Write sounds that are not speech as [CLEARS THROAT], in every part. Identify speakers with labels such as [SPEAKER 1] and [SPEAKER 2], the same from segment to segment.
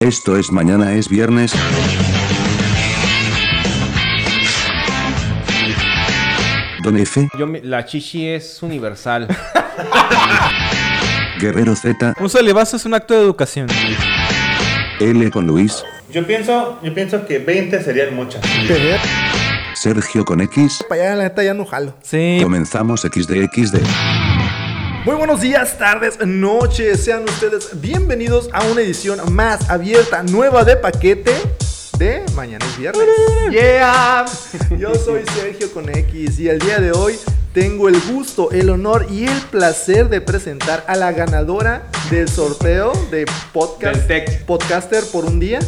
[SPEAKER 1] Esto es mañana es viernes. Don F,
[SPEAKER 2] Yo me- la chichi es [LAUGHS] universal.
[SPEAKER 1] Guerrero Z,
[SPEAKER 3] Un salivazo es un acto de educación.
[SPEAKER 1] L con Luis,
[SPEAKER 4] Yo pienso, yo pienso que 20 serían muchas.
[SPEAKER 5] Tener
[SPEAKER 1] Sergio con X.
[SPEAKER 5] para allá, la neta, ya no jalo.
[SPEAKER 3] Sí.
[SPEAKER 1] Comenzamos XDXD.
[SPEAKER 5] Muy buenos días, tardes, noches. Sean ustedes bienvenidos a una edición más abierta, nueva de paquete de Mañana es Viernes. ¡Yeah! Yo soy Sergio con X y el día de hoy tengo el gusto, el honor y el placer de presentar a la ganadora del sorteo de podcast,
[SPEAKER 2] Del tech.
[SPEAKER 5] podcaster por un día.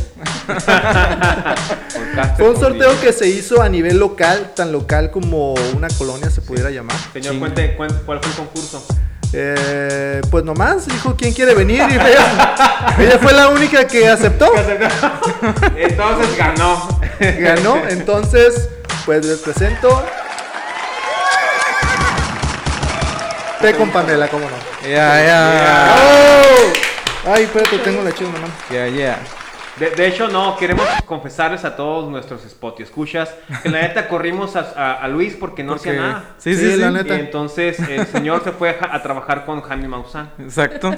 [SPEAKER 2] Podcaster
[SPEAKER 5] Fue un
[SPEAKER 2] por
[SPEAKER 5] sorteo
[SPEAKER 2] día.
[SPEAKER 5] que se hizo a nivel local, tan local como una colonia se pudiera llamar.
[SPEAKER 2] Señor,
[SPEAKER 3] Sí.
[SPEAKER 2] cuente, cuente cuál fue el concurso.
[SPEAKER 5] Eh, pues nomás dijo quién quiere venir y [LAUGHS] ella, ella fue la única que aceptó,
[SPEAKER 2] Entonces ganó.
[SPEAKER 5] ganó. [LAUGHS] Entonces, pues les presento. Té con Pamela, cómo no.
[SPEAKER 3] Ya,
[SPEAKER 2] Ah.
[SPEAKER 3] ya.
[SPEAKER 5] ¡Oh! Ay, espérate, tengo la chida, mamá.
[SPEAKER 3] Ya, ya.
[SPEAKER 2] De, de hecho, no, queremos confesarles a todos nuestros spot y escuchas que la neta corrimos a, a- a Luis porque no hacía
[SPEAKER 3] Porque-
[SPEAKER 2] nada.
[SPEAKER 3] Sí,
[SPEAKER 5] Sí,
[SPEAKER 3] sí, sí.
[SPEAKER 5] la
[SPEAKER 2] Y
[SPEAKER 5] neta.
[SPEAKER 2] entonces el señor se fue a, ja- a trabajar con Jaime Maussan.
[SPEAKER 3] Exacto.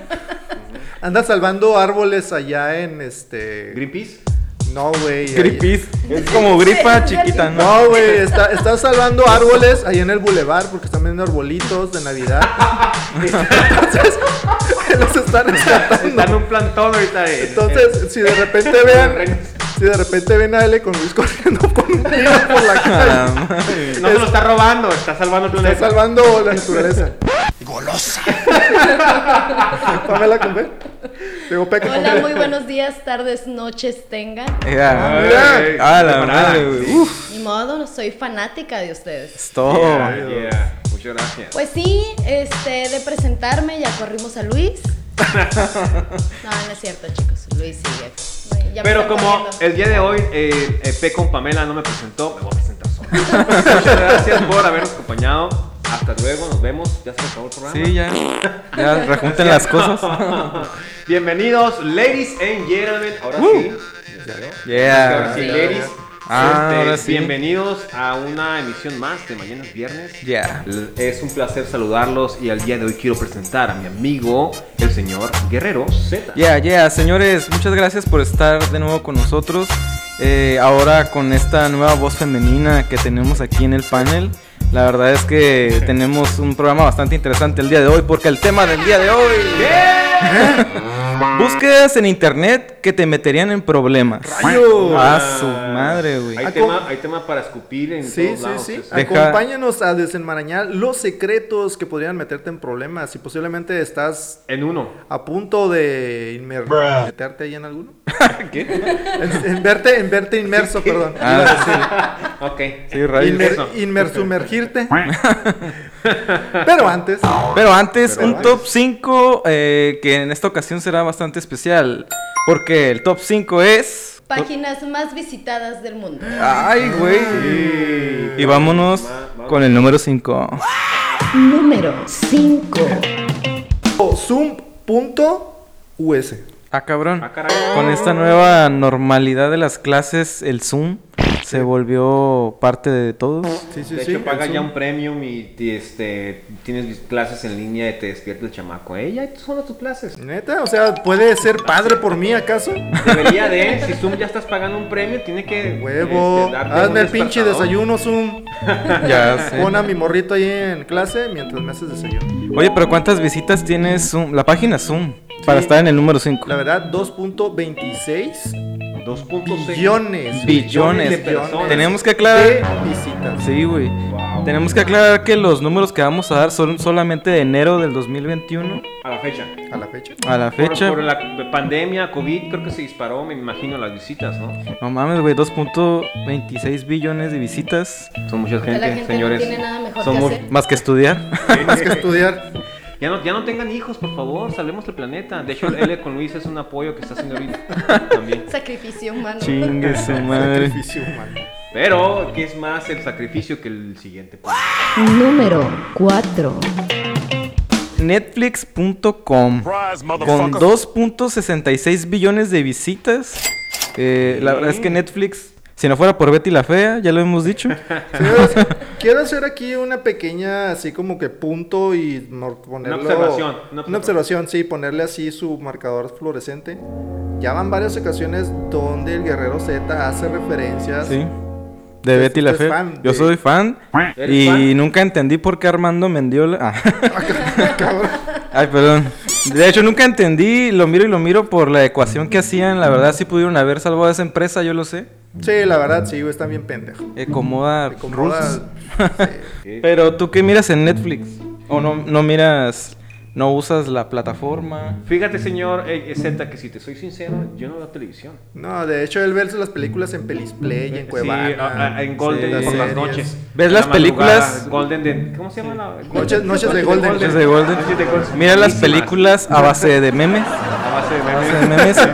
[SPEAKER 5] Anda salvando árboles allá en este.
[SPEAKER 2] Greenpeace.
[SPEAKER 5] [LAUGHS] No, güey.
[SPEAKER 3] [LAUGHS]
[SPEAKER 5] ahí-
[SPEAKER 3] Gripis. Es como gripa chiquita, ¿no?
[SPEAKER 5] No, güey, está, está salvando árboles ahí en el bulevar porque están vendiendo arbolitos de Navidad. [LAUGHS] Entonces, [LAUGHS] los están
[SPEAKER 2] Está en
[SPEAKER 5] rescatando.
[SPEAKER 2] un plantón ahorita. de-
[SPEAKER 5] Entonces, si de repente
[SPEAKER 2] en-
[SPEAKER 5] vean,
[SPEAKER 2] en-
[SPEAKER 5] si de repente ven a L con Luis corriendo con un tiro por la
[SPEAKER 3] [LAUGHS]
[SPEAKER 5] calle,
[SPEAKER 3] Ah, madre.
[SPEAKER 2] Eh, no se lo está robando, está salvando el planeta.
[SPEAKER 5] está salvando la naturaleza. Golosa. Pamela con B. Digo, Peca con
[SPEAKER 6] Hola,
[SPEAKER 5] B.
[SPEAKER 6] muy buenos días, tardes, noches tengan.
[SPEAKER 3] Ya.
[SPEAKER 2] Ay,
[SPEAKER 3] Ah, la
[SPEAKER 2] preparada.
[SPEAKER 3] madre, güey. Uf,
[SPEAKER 6] Ni modo, no soy fanática de ustedes.
[SPEAKER 3] es todo.
[SPEAKER 5] Oh,
[SPEAKER 2] Yeah, yeah. Muchas gracias.
[SPEAKER 6] Pues sí, este, de presentarme ya corrimos a Luis. No, no es cierto, chicos. Luis sigue. Ay, ya me
[SPEAKER 2] Pero
[SPEAKER 6] está
[SPEAKER 2] como
[SPEAKER 6] corriendo.
[SPEAKER 2] el día de hoy eh, eh, P con Pamela no me presentó, me voy a presentar solo. Muchas gracias por habernos acompañado. Hasta luego, nos vemos. Ya se acabó el programa.
[SPEAKER 3] Sí, ya. Ya, rejunten las cosas. [LAUGHS]
[SPEAKER 2] [LAUGHS] Bienvenidos, ladies and gentlemen. Ahora sí. Ahora
[SPEAKER 3] Yeah.
[SPEAKER 2] sí, ladies.
[SPEAKER 3] Ah,
[SPEAKER 2] Este,
[SPEAKER 3] ahora sí.
[SPEAKER 2] Bienvenidos a una emisión más de Mañana es Viernes.
[SPEAKER 3] Yeah.
[SPEAKER 2] L- Es un placer saludarlos y al día de hoy quiero presentar a mi amigo, el señor Guerrero Z.
[SPEAKER 3] Ya, ya, señores, muchas gracias por estar de nuevo con nosotros. Eh, ahora con esta nueva voz femenina que tenemos aquí en el panel. La verdad es que tenemos un programa bastante interesante el día de hoy porque el tema del día de hoy... [LAUGHS] Búsquedas en internet que te meterían en problemas.
[SPEAKER 5] ¡Rayos!
[SPEAKER 3] A Ah, su madre, güey.
[SPEAKER 2] Hay
[SPEAKER 5] Ah,
[SPEAKER 2] tema,
[SPEAKER 5] ¿cómo?
[SPEAKER 2] hay tema para escupir en
[SPEAKER 5] Sí,
[SPEAKER 2] todos
[SPEAKER 5] sí,
[SPEAKER 2] lados. este,
[SPEAKER 5] sí.
[SPEAKER 2] o sea.
[SPEAKER 3] Deja-
[SPEAKER 5] Acompáñanos a desenmarañar los secretos que podrían meterte en problemas y posiblemente estás
[SPEAKER 2] En uno.
[SPEAKER 5] a punto de inmer- meterte ahí en alguno. En, en verte, en verte inmerso, perdón.
[SPEAKER 3] Ah,
[SPEAKER 2] Ok.
[SPEAKER 3] sí, rayos.
[SPEAKER 5] Inmer-
[SPEAKER 2] eso.
[SPEAKER 3] [LAUGHS]
[SPEAKER 5] inmersumergirte. Pero antes,
[SPEAKER 3] Pero antes,
[SPEAKER 5] Pero
[SPEAKER 3] un
[SPEAKER 5] antes.
[SPEAKER 3] top 5 que en esta ocasión será bastante especial. Porque el top 5 es...
[SPEAKER 6] Páginas más visitadas del mundo.
[SPEAKER 3] Ay, güey. Y vámonos con el número 5.
[SPEAKER 6] Número 5.
[SPEAKER 5] zoom.us.
[SPEAKER 3] Ah, cabrón.
[SPEAKER 2] Ah, caray.
[SPEAKER 3] Con esta nueva normalidad de las clases, el Zoom se volvió parte de todos.
[SPEAKER 5] Sí, sí,
[SPEAKER 2] De
[SPEAKER 5] sí.
[SPEAKER 2] hecho, paga
[SPEAKER 5] el
[SPEAKER 2] ya
[SPEAKER 5] Zoom.
[SPEAKER 2] un premium y y, este, tienes clases en línea y te despierta el chamaco. ¿Eh? Ya son tus clases.
[SPEAKER 5] Neta, o sea, ¿puede ser padre por
[SPEAKER 2] [LAUGHS]
[SPEAKER 5] mí acaso?
[SPEAKER 2] Debería de, si Zoom ya estás pagando un premio, tiene que.
[SPEAKER 5] Huevo,
[SPEAKER 2] este, darte un
[SPEAKER 5] hazme el pinche
[SPEAKER 2] despertador.
[SPEAKER 5] desayuno, Zoom.
[SPEAKER 3] [LAUGHS] Ya sé.
[SPEAKER 5] Pon a mi morrito ahí en clase mientras me haces desayuno.
[SPEAKER 3] Oye, pero ¿cuántas visitas tiene Zoom? La página Zoom para estar en el número 5.
[SPEAKER 5] La verdad, 2.26
[SPEAKER 2] 2.6
[SPEAKER 5] billones.
[SPEAKER 3] Billones.
[SPEAKER 2] de personas.
[SPEAKER 3] Tenemos que
[SPEAKER 5] de
[SPEAKER 3] aclarar.
[SPEAKER 5] visitas.
[SPEAKER 3] Sí, güey.
[SPEAKER 2] Wow.
[SPEAKER 3] Tenemos que aclarar que los números que vamos a dar son solamente de enero del 2021
[SPEAKER 2] A la fecha.
[SPEAKER 5] A la fecha.
[SPEAKER 3] a la
[SPEAKER 2] Por-
[SPEAKER 3] fecha.
[SPEAKER 2] Por, la pandemia, COVID, creo que se disparó, me imagino, las visitas, ¿no?
[SPEAKER 3] No mames, güey, 2.26 billones de visitas.
[SPEAKER 2] Son mucha gente,
[SPEAKER 6] la gente
[SPEAKER 2] señores.
[SPEAKER 6] no tiene nada mejor
[SPEAKER 2] Son
[SPEAKER 6] que
[SPEAKER 2] muy-
[SPEAKER 6] hacer.
[SPEAKER 3] Más que estudiar.
[SPEAKER 5] Más que estudiar.
[SPEAKER 2] Ya no, ya no tengan hijos, por favor, salvemos el planeta. De hecho, el L con Luis es un apoyo que está haciendo
[SPEAKER 3] [LAUGHS]
[SPEAKER 2] ahorita también.
[SPEAKER 6] Sacrificio humano.
[SPEAKER 3] Chingue
[SPEAKER 6] [LAUGHS]
[SPEAKER 3] su madre.
[SPEAKER 5] Sacrificio humano.
[SPEAKER 2] Pero, ¿qué es más el sacrificio que el siguiente punto?
[SPEAKER 6] Número 4.
[SPEAKER 3] Netflix.com con 2.66 billones de visitas. Eh, la verdad es que Netflix, si no fuera por Betty la Fea, ya lo hemos
[SPEAKER 5] [LAUGHS]
[SPEAKER 3] dicho. [LAUGHS]
[SPEAKER 5] Señores, quiero hacer aquí una pequeña, así como que punto y mor- ponerlo.
[SPEAKER 2] observación, una
[SPEAKER 5] Una
[SPEAKER 2] observación.
[SPEAKER 5] observación, sí, ponerle así su marcador fluorescente. Ya van varias ocasiones donde el guerrero Z hace referencias.
[SPEAKER 3] Sí. De
[SPEAKER 5] Tú-
[SPEAKER 3] Betty la
[SPEAKER 5] tú eres
[SPEAKER 3] Fea.
[SPEAKER 5] fan
[SPEAKER 3] Yo
[SPEAKER 5] de-
[SPEAKER 3] soy fan.
[SPEAKER 2] ¿Eres
[SPEAKER 3] Y
[SPEAKER 2] fan?
[SPEAKER 3] nunca entendí por qué Armando Mendiola. ah,
[SPEAKER 5] [LAUGHS] Cabrón.
[SPEAKER 3] Ay, perdón. De hecho, nunca entendí. Lo miro y lo miro por la ecuación que hacían. La verdad, sí pudieron haber salvado a esa empresa, yo lo sé.
[SPEAKER 5] Sí, la verdad, sí, güey, están bien pendejos.
[SPEAKER 3] Ecomoda
[SPEAKER 5] Me incomoda,
[SPEAKER 3] Rules.
[SPEAKER 5] sí.
[SPEAKER 3] Pero tú qué miras en Netflix? ¿O no, no miras, no usas la plataforma?
[SPEAKER 2] Fíjate, señor eh, Z, que si te soy sincero, yo no veo televisión.
[SPEAKER 5] No, de hecho, él ve las películas en Pelisplay, en Cuevana.
[SPEAKER 2] Sí, a- a- en Golden
[SPEAKER 5] sí,
[SPEAKER 2] por las
[SPEAKER 5] series.
[SPEAKER 2] noches.
[SPEAKER 3] ¿Ves
[SPEAKER 2] En
[SPEAKER 3] las
[SPEAKER 2] la madrugada,
[SPEAKER 3] películas?
[SPEAKER 2] Golden de- ¿Cómo se llama la?
[SPEAKER 5] Noches- noches de Golden.
[SPEAKER 3] Noches de Golden.
[SPEAKER 2] Noches de Golden.
[SPEAKER 3] Mira
[SPEAKER 2] Buenísimas.
[SPEAKER 3] las películas a base de
[SPEAKER 5] [LAUGHS]
[SPEAKER 3] memes.
[SPEAKER 2] A base de
[SPEAKER 3] A base
[SPEAKER 2] memes.
[SPEAKER 3] de memes.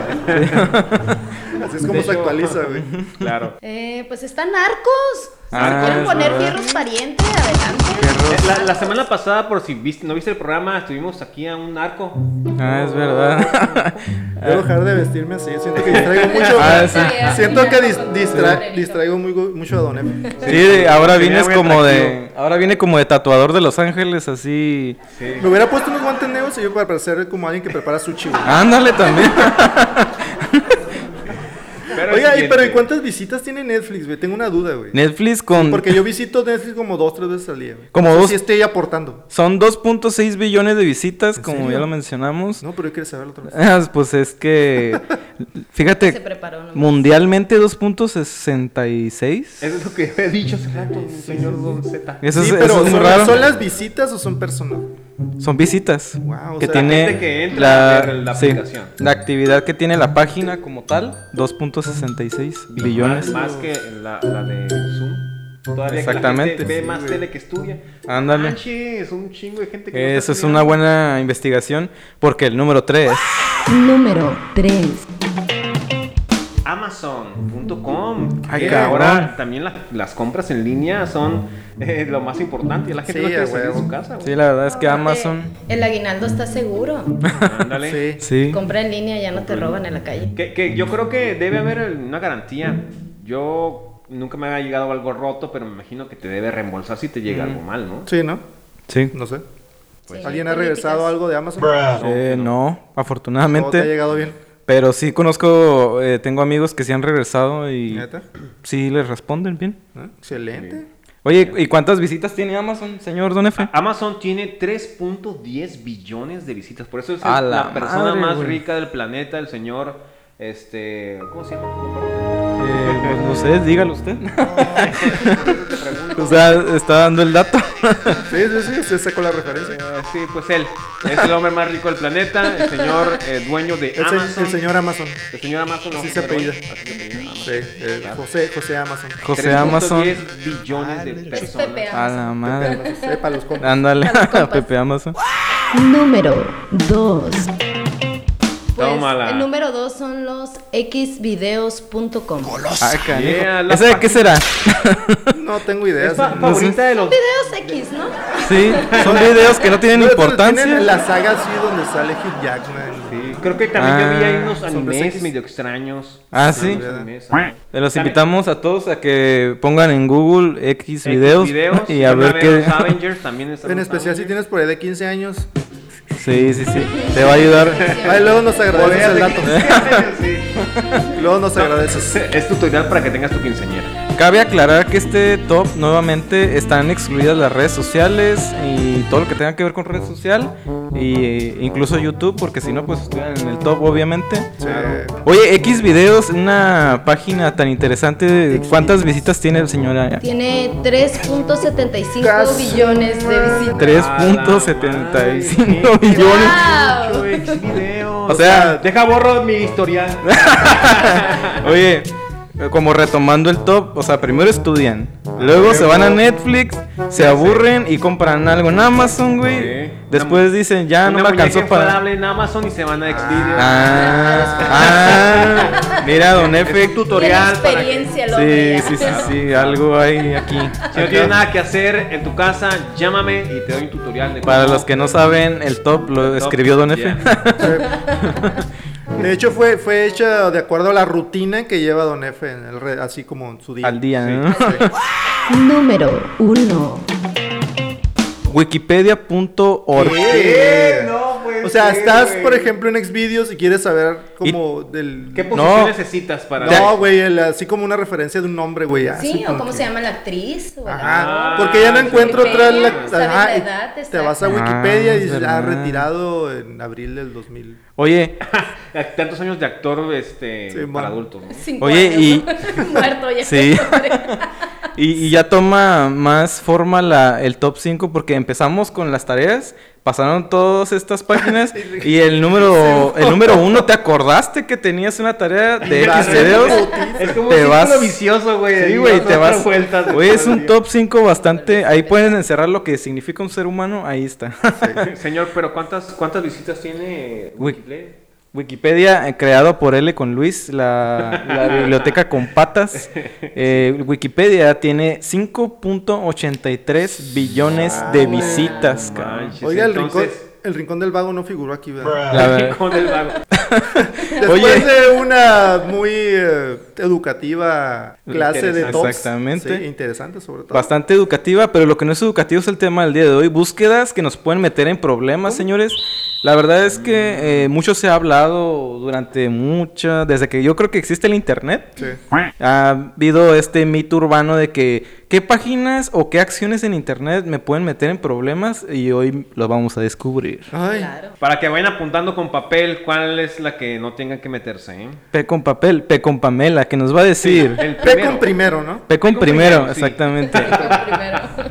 [SPEAKER 2] [LAUGHS]
[SPEAKER 3] Sí. [LAUGHS]
[SPEAKER 5] Así es como
[SPEAKER 2] De
[SPEAKER 5] se
[SPEAKER 2] hecho-
[SPEAKER 5] actualiza, güey.
[SPEAKER 2] [LAUGHS] Claro.
[SPEAKER 6] Eh, pues están narcos.
[SPEAKER 3] Ah,
[SPEAKER 6] ¿Quieren
[SPEAKER 3] es
[SPEAKER 6] poner
[SPEAKER 3] verdad.
[SPEAKER 6] fierros pariente? Adelante.
[SPEAKER 2] Eh, La, la semana pasada, por si viste, no viste el programa, estuvimos aquí a un arco.
[SPEAKER 3] ah, es verdad.
[SPEAKER 5] Debo dejar de vestirme así. Siento que distraigo mucho.
[SPEAKER 3] [LAUGHS] Ah, sí.
[SPEAKER 5] Siento que dis- distra- distraigo muy go- mucho a Don Efe.
[SPEAKER 3] Sí, de- ahora
[SPEAKER 2] Tenía
[SPEAKER 3] vienes
[SPEAKER 2] buen
[SPEAKER 3] como de, ahora viene como de tatuador de Los Ángeles, así.
[SPEAKER 5] Me hubiera puesto unos guantes negros y yo para parecer como alguien que prepara sushi. güey.
[SPEAKER 3] Ándale
[SPEAKER 5] [LAUGHS]
[SPEAKER 3] también.
[SPEAKER 2] Pero
[SPEAKER 5] Oiga,
[SPEAKER 2] el
[SPEAKER 5] ¿y pero ¿y
[SPEAKER 2] siguiente.
[SPEAKER 5] cuántas visitas tiene Netflix, güey? Tengo una duda, güey.
[SPEAKER 3] Netflix con
[SPEAKER 5] Porque yo visito Netflix como dos, tres veces al día, güey.
[SPEAKER 3] Como
[SPEAKER 5] No sé
[SPEAKER 3] dos-
[SPEAKER 5] Si estoy aportando.
[SPEAKER 3] son 2.6 billones de visitas, como
[SPEAKER 5] serio?
[SPEAKER 3] ya lo mencionamos.
[SPEAKER 5] No, pero yo quiero saberlo otra vez.
[SPEAKER 3] [LAUGHS] Ah, Pues es que
[SPEAKER 6] Se
[SPEAKER 3] fíjate,
[SPEAKER 6] preparó nomás.
[SPEAKER 3] mundialmente 2.66.
[SPEAKER 2] Eso es lo que he dicho hace rato, señor Don Z.
[SPEAKER 3] Eso,
[SPEAKER 5] sí,
[SPEAKER 3] es,
[SPEAKER 5] pero
[SPEAKER 3] eso es muy
[SPEAKER 5] ¿son,
[SPEAKER 3] raro.
[SPEAKER 5] ¿son las visitas o son personas?
[SPEAKER 3] Son visitas.
[SPEAKER 5] Wow, o
[SPEAKER 3] que
[SPEAKER 5] sea,
[SPEAKER 3] tiene
[SPEAKER 2] gente que entra a ver la
[SPEAKER 3] sí,
[SPEAKER 2] aplicación.
[SPEAKER 3] la actividad que tiene la página como tal, 2.66 billones.
[SPEAKER 2] Más que la, la de Zoom. Todavía
[SPEAKER 3] Exactamente.
[SPEAKER 2] Que la gente ve más tele que es tuya.
[SPEAKER 3] Ándale.
[SPEAKER 2] Manches, un chingo de gente que. no
[SPEAKER 3] Eso
[SPEAKER 2] está
[SPEAKER 3] es una buena investigación porque el número 3
[SPEAKER 7] Número 3.
[SPEAKER 2] Amazon.com.
[SPEAKER 3] Ay,
[SPEAKER 2] que
[SPEAKER 5] cabrón.
[SPEAKER 2] ahora también la- las compras en línea son eh, lo más importante. La gente
[SPEAKER 5] Sí,
[SPEAKER 2] no
[SPEAKER 5] a
[SPEAKER 2] quiere salir de
[SPEAKER 5] huevo.
[SPEAKER 2] su casa. güey.
[SPEAKER 3] Sí, la verdad es que
[SPEAKER 6] Aparte,
[SPEAKER 3] Amazon
[SPEAKER 6] El aguinaldo está seguro.
[SPEAKER 2] Ándale.
[SPEAKER 5] Sí.
[SPEAKER 3] sí.
[SPEAKER 6] Compra en línea, ya no te roban en la calle.
[SPEAKER 2] Que, que yo creo que debe haber el- una garantía. Yo nunca me había llegado algo roto, pero me imagino que te debe reembolsar si te llega algo mal, ¿no?
[SPEAKER 5] Sí, ¿no?
[SPEAKER 3] Sí.
[SPEAKER 5] No sé.
[SPEAKER 3] Pues,
[SPEAKER 6] Sí,
[SPEAKER 5] ¿Alguien
[SPEAKER 6] políticas.
[SPEAKER 5] ha regresado algo de Amazon?
[SPEAKER 3] Eh, no,
[SPEAKER 5] ¿O te ha
[SPEAKER 3] afortunadamente.
[SPEAKER 5] llegado bien?
[SPEAKER 3] Pero sí conozco, eh, tengo amigos que sí han regresado y
[SPEAKER 5] ¿Neta?
[SPEAKER 3] sí les responden bien.
[SPEAKER 5] ¿Eh? Excelente.
[SPEAKER 3] Oye, ¿y cuántas visitas tiene Amazon, señor Don Efe?
[SPEAKER 2] A- Amazon tiene 3.10 billones de visitas. Por eso es el-
[SPEAKER 3] A
[SPEAKER 2] la,
[SPEAKER 3] la
[SPEAKER 2] persona
[SPEAKER 3] madre,
[SPEAKER 2] más
[SPEAKER 3] güey.
[SPEAKER 2] rica del planeta, el señor. Este. ¿Cómo se llama?
[SPEAKER 3] Eh, pues no sé, dígalo usted. o sea, está dando el dato.
[SPEAKER 5] Sí, sí, sí, se sacó la referencia.
[SPEAKER 2] Eh, sí, pues él. Es el hombre más rico del planeta, el señor eh, dueño de
[SPEAKER 5] El, se-
[SPEAKER 2] Amazon.
[SPEAKER 5] el señor Amazon.
[SPEAKER 2] El señor Amazon. no,
[SPEAKER 5] Así se
[SPEAKER 2] pero-
[SPEAKER 5] apellida.
[SPEAKER 2] así se apellida, Amazon.
[SPEAKER 5] Sí, eh, José, José Amazon.
[SPEAKER 3] José Amazon.
[SPEAKER 2] 3.10 billones de personas.
[SPEAKER 6] Pepe
[SPEAKER 3] A la madre.
[SPEAKER 5] Eh, para los compas.
[SPEAKER 3] Ándale,
[SPEAKER 6] Para los compas.
[SPEAKER 3] Pepe Amazon.
[SPEAKER 7] Número 2.
[SPEAKER 6] Pues,
[SPEAKER 2] Tómala.
[SPEAKER 6] El número dos son los xvideos.com.
[SPEAKER 3] Ah, canijo.
[SPEAKER 2] Yeah, la
[SPEAKER 3] ¿Esa de
[SPEAKER 2] pa-
[SPEAKER 3] qué será?
[SPEAKER 5] No tengo idea.
[SPEAKER 2] Es fa-
[SPEAKER 5] sí. [LAUGHS]
[SPEAKER 2] favorita de los.
[SPEAKER 6] Videos X, ¿no?
[SPEAKER 3] Sí, son videos que no tienen
[SPEAKER 5] No, pero
[SPEAKER 3] importancia.
[SPEAKER 5] tienen la saga así donde sale Hugh Jackman.
[SPEAKER 2] Sí, creo que también yo vi ahí unos
[SPEAKER 5] Ah, son
[SPEAKER 2] animes
[SPEAKER 5] de-
[SPEAKER 2] medio extraños.
[SPEAKER 3] Ah, sí.
[SPEAKER 2] Animes, ajá.
[SPEAKER 3] Eh, Los invitamos a todos a que pongan en Google X videos,
[SPEAKER 2] Xvideos,
[SPEAKER 3] y a
[SPEAKER 2] una
[SPEAKER 3] ver
[SPEAKER 2] vez
[SPEAKER 3] qué.
[SPEAKER 2] los Avengers
[SPEAKER 3] [LAUGHS]
[SPEAKER 2] también están
[SPEAKER 5] En
[SPEAKER 2] los
[SPEAKER 5] especial si
[SPEAKER 2] Avengers.
[SPEAKER 5] tienes por ahí de 15 años.
[SPEAKER 3] Sí, sí, sí. Te va a
[SPEAKER 5] [LAUGHS]
[SPEAKER 3] ayudar.
[SPEAKER 5] Ahí luego nos agradeces el dato. [LAUGHS] Luego nos agradeces.
[SPEAKER 2] Sí. Es tutorial para que tengas tu quinceañera.
[SPEAKER 3] Cabe aclarar que este top nuevamente están excluidas las redes sociales y todo lo que tenga que ver con redes social y eh, incluso YouTube porque si no pues estuvieran en el top obviamente.
[SPEAKER 5] Eh,
[SPEAKER 3] Oye, X videos, una página tan interesante, ¿cuántas visitas tiene el señor?
[SPEAKER 6] Tiene 3.75
[SPEAKER 5] Casi.
[SPEAKER 6] billones de visitas.
[SPEAKER 5] Ah,
[SPEAKER 3] 3.75
[SPEAKER 2] Ay,
[SPEAKER 3] millones.
[SPEAKER 6] ¡Wow!
[SPEAKER 2] videos.
[SPEAKER 3] O sea,
[SPEAKER 2] deja borro mi historial.
[SPEAKER 3] Oye, eh, como retomando el top, o sea, primero estudian, luego se van a Netflix, se aburren y compran algo en Amazon, güey.
[SPEAKER 2] Sí.
[SPEAKER 3] Después dicen, ya no me
[SPEAKER 2] Una muñeca
[SPEAKER 3] alcanzó para.
[SPEAKER 2] inflable en Amazon y se van a Xvideos.
[SPEAKER 5] Ah.
[SPEAKER 3] Ah, ah, mira, don Efe.
[SPEAKER 2] un tutorial
[SPEAKER 6] Tiene
[SPEAKER 2] para que-
[SPEAKER 6] experiencia, el hombre,
[SPEAKER 3] Sí,
[SPEAKER 6] ya.
[SPEAKER 3] sí, sí, sí, algo hay aquí.
[SPEAKER 2] Si no tienes nada que hacer en tu casa, llámame y te doy un tutorial de
[SPEAKER 3] Para
[SPEAKER 2] cómo-
[SPEAKER 3] los que no saben, el top lo escribió don Efe. [LAUGHS]
[SPEAKER 2] Yeah.
[SPEAKER 5] [LAUGHS] De hecho, fue, fue hecha de acuerdo a la rutina que lleva Don Efe, en el re- así como en su día.
[SPEAKER 3] Al día, ¿no? [LAUGHS]
[SPEAKER 6] [LAUGHS]
[SPEAKER 7] número 1,
[SPEAKER 3] Wikipedia.org.
[SPEAKER 5] ¿Qué?
[SPEAKER 2] No puede
[SPEAKER 5] o sea,
[SPEAKER 2] ser,
[SPEAKER 5] estás,
[SPEAKER 2] güey.
[SPEAKER 5] por ejemplo, en Xvideos y quieres saber como del...
[SPEAKER 2] ¿Qué
[SPEAKER 5] ¿Qué
[SPEAKER 2] posición
[SPEAKER 3] No.
[SPEAKER 2] necesitas para.?
[SPEAKER 5] no, güey, el- así como una referencia de un nombre, güey. así
[SPEAKER 6] Sí, o
[SPEAKER 5] como
[SPEAKER 6] cómo
[SPEAKER 5] que-
[SPEAKER 6] se llama la actriz. o el
[SPEAKER 5] Ajá,
[SPEAKER 2] Ah,
[SPEAKER 6] actor.
[SPEAKER 5] porque ya no
[SPEAKER 2] sí.
[SPEAKER 5] encuentro otra...
[SPEAKER 6] Wikipedia,
[SPEAKER 5] la-
[SPEAKER 6] sabes
[SPEAKER 5] ajá,
[SPEAKER 6] la
[SPEAKER 5] y
[SPEAKER 6] edad,
[SPEAKER 5] te
[SPEAKER 6] exacto.
[SPEAKER 5] vas a
[SPEAKER 3] Ah,
[SPEAKER 5] Wikipedia y
[SPEAKER 3] es
[SPEAKER 5] dices, ah,
[SPEAKER 3] verdad.
[SPEAKER 5] retirado en abril del 2000.
[SPEAKER 3] Oye,
[SPEAKER 2] Tantos años de actor este,
[SPEAKER 5] Sí,
[SPEAKER 2] para
[SPEAKER 5] man.
[SPEAKER 2] adultos. ¿no?
[SPEAKER 6] Cinco
[SPEAKER 3] Oye,
[SPEAKER 6] años,
[SPEAKER 3] y-
[SPEAKER 6] ¿no? [LAUGHS] Muerto
[SPEAKER 3] [LAUGHS]
[SPEAKER 6] ya.
[SPEAKER 3] Sí. y, y ya toma más forma la, el top 5 porque empezamos con las tareas, pasaron todas estas páginas y el número el número 1 te acordaste que tenías una tarea de
[SPEAKER 5] Claro.
[SPEAKER 3] X videos.
[SPEAKER 2] Es como
[SPEAKER 3] Te
[SPEAKER 2] un
[SPEAKER 3] vas-
[SPEAKER 2] círculo vicioso, güey.
[SPEAKER 3] Sí,
[SPEAKER 2] ahí
[SPEAKER 3] güey,
[SPEAKER 2] vas
[SPEAKER 3] te
[SPEAKER 2] a dar
[SPEAKER 3] vas.
[SPEAKER 2] vueltas de
[SPEAKER 3] Güey,
[SPEAKER 2] todo
[SPEAKER 3] es
[SPEAKER 2] el
[SPEAKER 3] un
[SPEAKER 2] día.
[SPEAKER 3] top 5 bastante. Ahí pueden encerrar lo que significa un ser humano. Ahí está.
[SPEAKER 2] [LAUGHS] Señor, pero ¿cuántas, cuántas visitas tiene
[SPEAKER 3] Güey.
[SPEAKER 2] Wikipedia?
[SPEAKER 3] [LAUGHS] Wikipedia, eh, creado por L con Luis, la,
[SPEAKER 2] [LAUGHS]
[SPEAKER 3] la biblioteca con patas. Eh, Wikipedia tiene 5.83 billones de
[SPEAKER 5] Wow.
[SPEAKER 3] visitas, cabrón.
[SPEAKER 2] Ah, Manches,
[SPEAKER 5] Oiga, el,
[SPEAKER 2] entonces-
[SPEAKER 5] rincón, el rincón del vago no figuró aquí, ¿verdad?
[SPEAKER 2] [LAUGHS]
[SPEAKER 3] La verdad.
[SPEAKER 2] Con el vago.
[SPEAKER 5] Después
[SPEAKER 3] Oye.
[SPEAKER 5] de una muy eh, educativa clase de
[SPEAKER 3] Interesante.
[SPEAKER 5] tops.
[SPEAKER 3] Exactamente.
[SPEAKER 5] Sí, interesante sobre todo.
[SPEAKER 3] Bastante educativa, pero lo que no es educativo es el tema del día de hoy. Búsquedas que nos pueden meter en problemas, señores. La verdad es que eh, mucho se ha hablado durante mucha, desde que yo creo que existe el internet.
[SPEAKER 5] Sí.
[SPEAKER 3] Ha habido este mito urbano de que qué páginas o qué acciones en internet me pueden meter en problemas y hoy lo vamos a descubrir.
[SPEAKER 5] Ay,
[SPEAKER 6] Claro.
[SPEAKER 2] Para que vayan apuntando con papel cuál es la que no tengan que meterse, ¿eh?
[SPEAKER 3] P con papel, P con Pamela, que nos va a decir.
[SPEAKER 2] El
[SPEAKER 5] P con primero, ¿no?
[SPEAKER 3] P con
[SPEAKER 2] P con
[SPEAKER 3] primero,
[SPEAKER 2] primero, sí.
[SPEAKER 3] exactamente.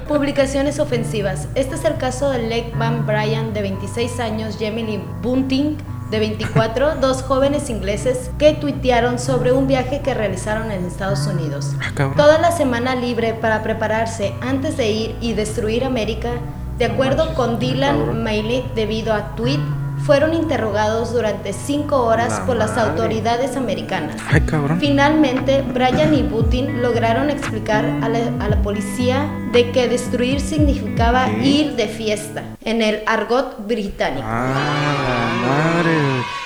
[SPEAKER 6] Publicaciones ofensivas. Este es el caso de Lake Van Bryan, de 26 años, Emily Bunting, de 24, dos jóvenes ingleses que tuitearon sobre un viaje que realizaron en Estados Unidos.
[SPEAKER 2] Ah,
[SPEAKER 3] cabrón.
[SPEAKER 6] Toda la semana libre para prepararse antes de ir y destruir América, de acuerdo con Dylan Mailey, debido a tweet, fueron interrogados durante cinco horas
[SPEAKER 2] La
[SPEAKER 6] por las
[SPEAKER 2] madre.
[SPEAKER 6] autoridades americanas.
[SPEAKER 3] [LAUGHS] Ay, cabrón.
[SPEAKER 6] Finalmente, Brian y Putin lograron explicar a la, a la policía de que destruir significaba ir de fiesta, en el argot británico.
[SPEAKER 3] Ah, la madre.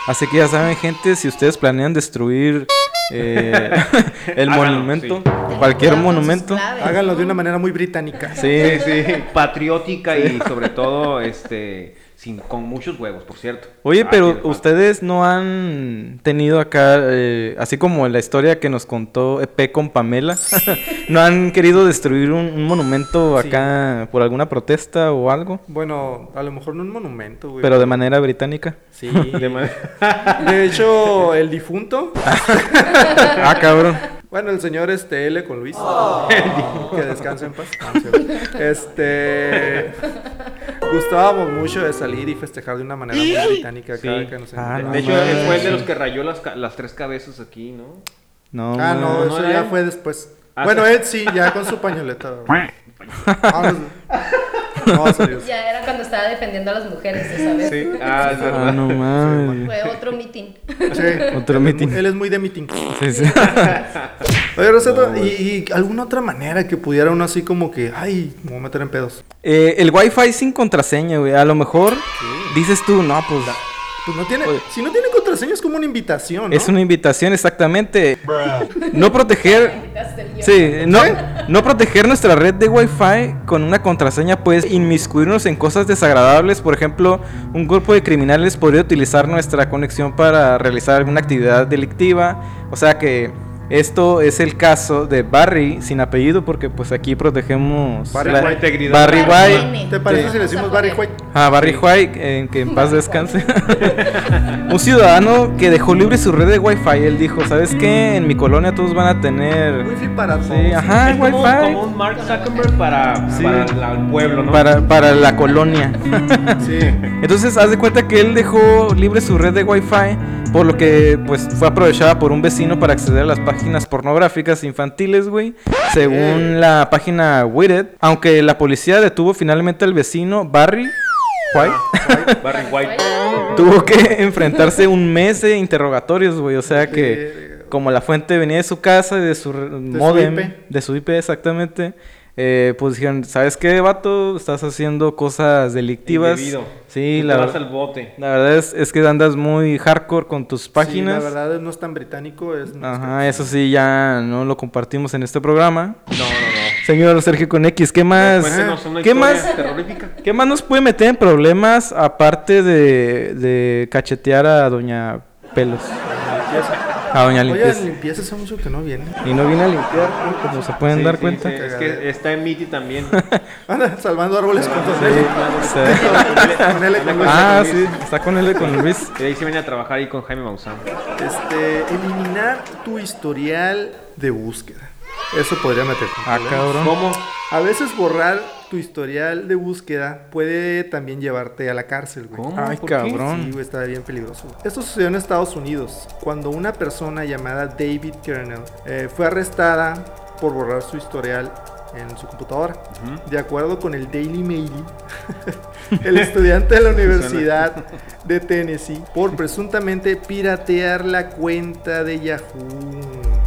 [SPEAKER 3] Así que ya saben, gente, si ustedes planean destruir eh, [LAUGHS] el
[SPEAKER 2] Háganlo,
[SPEAKER 3] monumento, cualquier
[SPEAKER 6] Tengan cuidado con sus
[SPEAKER 3] monumento.
[SPEAKER 6] claves,
[SPEAKER 5] Háganlo de
[SPEAKER 6] ¿no?
[SPEAKER 5] una manera muy británica.
[SPEAKER 3] Sí, sí.
[SPEAKER 2] Patriótica y sobre todo, este, sin, con muchos huevos, por cierto.
[SPEAKER 3] Oye,
[SPEAKER 2] Ah,
[SPEAKER 3] pero
[SPEAKER 2] tiene- [LAUGHS]
[SPEAKER 3] ustedes no han tenido acá, eh, así como la historia que nos contó EP con Pamela, ¿no han querido destruir un, un monumento
[SPEAKER 5] Sí.
[SPEAKER 3] acá por alguna protesta o algo?
[SPEAKER 5] Bueno, a lo mejor no un monumento, güey.
[SPEAKER 3] Pero de manera británica. [LAUGHS]
[SPEAKER 5] Sí. De,
[SPEAKER 2] [LAUGHS]
[SPEAKER 5] hecho, el difunto.
[SPEAKER 3] ah, cabrón.
[SPEAKER 5] Bueno, el señor este L con Luis. [LAUGHS] Que descanse en paz. No, no es cierto. Este. Gustábamos mucho de salir y festejar de una manera muy británica
[SPEAKER 2] Sí.
[SPEAKER 5] cada que nos
[SPEAKER 3] Ah,
[SPEAKER 2] De,
[SPEAKER 3] no
[SPEAKER 2] de hecho,
[SPEAKER 3] manches.
[SPEAKER 2] él fue el de los que rayó las, ca- las tres cabezas aquí, ¿no?
[SPEAKER 3] No. eh.
[SPEAKER 5] Ah, no,
[SPEAKER 3] mames.
[SPEAKER 5] eso
[SPEAKER 2] ¿no era
[SPEAKER 5] ya
[SPEAKER 2] él?
[SPEAKER 5] fue después.
[SPEAKER 2] Ah,
[SPEAKER 5] bueno,
[SPEAKER 2] sí.
[SPEAKER 5] él sí, ya con su
[SPEAKER 3] [LAUGHS]
[SPEAKER 5] pañoleta. güey. Ah, no, no, serios.
[SPEAKER 6] Ya era cuando estaba defendiendo a las mujeres, esa vez.
[SPEAKER 2] Sí. Ah, es verdad.
[SPEAKER 3] Ah, no mames.
[SPEAKER 6] Fue otro meeting.
[SPEAKER 5] Sí.
[SPEAKER 3] Otro
[SPEAKER 5] Él es
[SPEAKER 3] meeting.
[SPEAKER 5] muy- Él es muy de meeting.
[SPEAKER 3] Sí, sí. [LAUGHS]
[SPEAKER 5] Oye, Rosato, ¿y, y alguna otra manera que pudiera uno así como que, ay, me voy a meter en pedos?
[SPEAKER 3] Eh, el Wi-Fi sin contraseña, güey. A lo mejor dices tú, no, pues
[SPEAKER 5] Pues no tiene,
[SPEAKER 3] Oye.
[SPEAKER 5] si no tiene contraseña es como una invitación, ¿no?
[SPEAKER 3] es una invitación, exactamente. No proteger Sí, no, no proteger nuestra red de Wi-Fi con una contraseña puede inmiscuirnos en cosas desagradables. Por ejemplo, un grupo de criminales podría utilizar nuestra conexión para realizar alguna actividad delictiva. O sea que esto es el caso de Barry sin apellido porque pues aquí protegemos
[SPEAKER 5] Barry
[SPEAKER 3] la
[SPEAKER 5] White.
[SPEAKER 2] Integridad.
[SPEAKER 3] Barry
[SPEAKER 6] Barry
[SPEAKER 3] White.
[SPEAKER 6] White.
[SPEAKER 5] ¿Te parece
[SPEAKER 6] Sí.
[SPEAKER 5] si le decimos Barry White?
[SPEAKER 3] Ah, Barry White, eh, que en paz descanse. [LAUGHS] un ciudadano que dejó libre su red de Wi-Fi. Él dijo, ¿sabes qué? En mi colonia todos van a tener...
[SPEAKER 5] Wifi para todos.
[SPEAKER 3] Sí, ajá,
[SPEAKER 2] Es como,
[SPEAKER 3] Wi-Fi.
[SPEAKER 2] como un Mark Zuckerberg para,
[SPEAKER 3] Ah, Sí.
[SPEAKER 2] para la- el pueblo, ¿no?
[SPEAKER 3] Para, para la colonia. [LAUGHS]
[SPEAKER 5] Sí.
[SPEAKER 3] Entonces, haz de cuenta que él dejó libre su red de Wi-Fi, por lo que pues fue aprovechada por un vecino para acceder a las páginas pornográficas infantiles, güey,
[SPEAKER 2] Eh.
[SPEAKER 3] según la página Wired. Aunque la policía detuvo finalmente al vecino Barry White
[SPEAKER 2] Barry White.
[SPEAKER 3] tuvo que [LAUGHS] enfrentarse un mes de interrogatorios, güey. O sea que, como la fuente venía de su casa y de su re- modem,
[SPEAKER 5] IP.
[SPEAKER 3] de su IP exactamente, eh, pues dijeron: ¿Sabes qué, vato? Estás haciendo cosas delictivas.
[SPEAKER 2] Indebido.
[SPEAKER 3] Sí,
[SPEAKER 2] Tú
[SPEAKER 3] la,
[SPEAKER 2] te
[SPEAKER 3] ver-
[SPEAKER 2] vas al bote.
[SPEAKER 3] la verdad es, es que andas muy hardcore con tus páginas.
[SPEAKER 5] Sí, la verdad no es tan británico, es más
[SPEAKER 3] Ajá, eso sí, ya no lo compartimos en este programa.
[SPEAKER 2] No, no, no.
[SPEAKER 3] Señor Sergio con X, ¿qué más?
[SPEAKER 2] Cuéntenos pues, una
[SPEAKER 3] Ah, ¿Qué
[SPEAKER 2] historia
[SPEAKER 3] más?
[SPEAKER 2] terrorífica.
[SPEAKER 3] ¿Qué más nos puede meter en problemas aparte de, de cachetear a Doña Pelos? A Doña
[SPEAKER 5] Oye, limpieza.
[SPEAKER 3] Limpieza.
[SPEAKER 5] limpieza hace mucho que no viene. [LAUGHS]
[SPEAKER 3] Y no viene a limpiar, ¿no? como se pueden
[SPEAKER 2] Sí,
[SPEAKER 3] dar
[SPEAKER 2] sí,
[SPEAKER 3] cuenta.
[SPEAKER 2] sí, Es que está en Miti
[SPEAKER 3] [LAUGHS]
[SPEAKER 2] también.
[SPEAKER 5] Anda salvando árboles con dos dedos.
[SPEAKER 3] Sí.
[SPEAKER 5] [LAUGHS] Con L, con L.
[SPEAKER 3] Ah,
[SPEAKER 2] Luis.
[SPEAKER 3] sí, está con él con Luis.
[SPEAKER 2] Y ahí se viene a trabajar ahí con Jaime Maussan.
[SPEAKER 5] Este, eliminar tu historial de búsqueda. Eso podría meter.
[SPEAKER 3] Ah, cabrón.
[SPEAKER 2] ¿Cómo?
[SPEAKER 5] A veces borrar tu historial de búsqueda puede también llevarte a la cárcel, güey.
[SPEAKER 2] ¿Cómo?
[SPEAKER 3] Ay,
[SPEAKER 2] ¿Por qué?
[SPEAKER 5] Sí,
[SPEAKER 3] cabrón.
[SPEAKER 5] güey, está bien peligroso. Esto sucedió en Estados Unidos, cuando una persona llamada David Kernel eh, fue arrestada por borrar su historial en su computadora. De acuerdo con el Daily Mail, [LAUGHS] el
[SPEAKER 2] [LAUGHS]
[SPEAKER 5] estudiante de la Universidad de Tennessee, por presuntamente piratear la cuenta de Yahoo.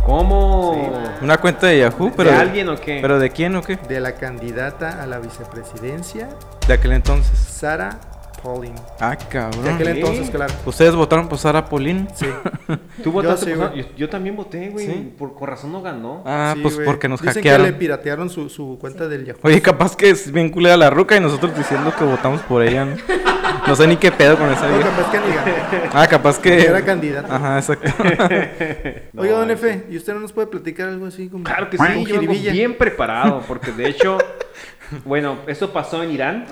[SPEAKER 2] ¿Cómo?
[SPEAKER 3] Una cuenta de Yahoo, pero.
[SPEAKER 2] ¿De alguien o qué?
[SPEAKER 3] ¿Pero de quién o qué?
[SPEAKER 5] de la candidata a la vicepresidencia,
[SPEAKER 3] De aquel entonces.
[SPEAKER 5] Sarah Pauling.
[SPEAKER 3] Ah,
[SPEAKER 5] De aquel
[SPEAKER 3] cabrón.
[SPEAKER 2] le-
[SPEAKER 5] entonces, claro.
[SPEAKER 3] Ustedes votaron por Sara Polín.
[SPEAKER 5] Sí.
[SPEAKER 2] ¿Tú votaste?
[SPEAKER 5] sí,
[SPEAKER 2] por-
[SPEAKER 5] güey.
[SPEAKER 2] yo, yo también voté, güey.
[SPEAKER 3] Sí.
[SPEAKER 2] Por, por razón no ganó. [LAUGHS]
[SPEAKER 3] Ah,
[SPEAKER 5] Sí,
[SPEAKER 3] pues
[SPEAKER 5] güey.
[SPEAKER 3] porque nos
[SPEAKER 5] Dicen
[SPEAKER 3] hackearon.
[SPEAKER 5] que le piratearon su, su cuenta del Yahoo.
[SPEAKER 3] Oye, capaz que es bien culera la ruca y nosotros diciendo que votamos por ella, ¿no? No sé ni qué pedo con esa
[SPEAKER 5] No, [LAUGHS]
[SPEAKER 3] vieja.
[SPEAKER 5] capaz que
[SPEAKER 2] [LAUGHS]
[SPEAKER 5] ni ganó.
[SPEAKER 3] Ah, capaz que.
[SPEAKER 5] Era candidata.
[SPEAKER 3] Ajá, exacto.
[SPEAKER 5] [LAUGHS] Oiga, don Efe, ¿y usted no nos puede platicar algo así como
[SPEAKER 2] Claro que
[SPEAKER 5] un
[SPEAKER 2] sí, yo vengo
[SPEAKER 5] jiribilla?
[SPEAKER 2] bien preparado, porque de
[SPEAKER 3] [LAUGHS]
[SPEAKER 2] hecho, bueno, esto pasó en Irán.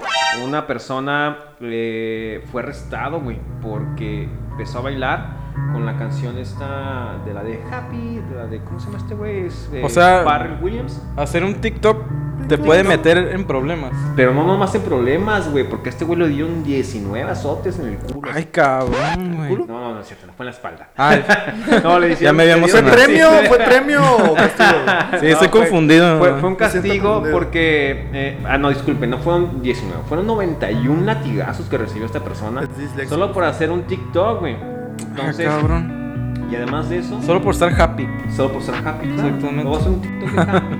[SPEAKER 2] Una persona eh, fue arrestado, güey, porque empezó a bailar con la canción esta de la de Happy, de la de, ¿cómo se llama este güey? Es, eh,
[SPEAKER 3] O sea-
[SPEAKER 2] Pharrell Williams.
[SPEAKER 3] Hacer un TikTok te puede meter en problemas.
[SPEAKER 2] Pero no nomás en problemas, güey, porque este güey le dio un 19 azotes en el culo.
[SPEAKER 3] Ay, cabrón, güey. Ah,
[SPEAKER 2] no, no, no es cierto, no fue en la espalda.
[SPEAKER 3] Ay, [LAUGHS]
[SPEAKER 2] No, le
[SPEAKER 3] ya
[SPEAKER 2] hicieron-
[SPEAKER 3] me habíamos
[SPEAKER 5] ¿Fue
[SPEAKER 2] le dieron-
[SPEAKER 3] enojado.
[SPEAKER 5] premio? ¿Fue premio? o castigo?
[SPEAKER 3] Sí, estoy
[SPEAKER 2] fue-
[SPEAKER 3] confundido.
[SPEAKER 2] Fue, fue un
[SPEAKER 5] Me siento
[SPEAKER 2] castigo
[SPEAKER 5] confundido.
[SPEAKER 2] porque. eh, ah, no, disculpe, no fueron 19, fueron 91 latigazos que recibió esta persona.
[SPEAKER 5] Es disléxico.
[SPEAKER 2] Solo por hacer un TikTok, güey.
[SPEAKER 3] Ah,
[SPEAKER 2] Entonces,
[SPEAKER 3] cabrón.
[SPEAKER 2] y además de eso,
[SPEAKER 3] Solo por estar happy.
[SPEAKER 2] solo por ser happy. claro,
[SPEAKER 3] Exactamente.
[SPEAKER 2] luego hace un TikTok de
[SPEAKER 3] [LAUGHS]
[SPEAKER 2] happy.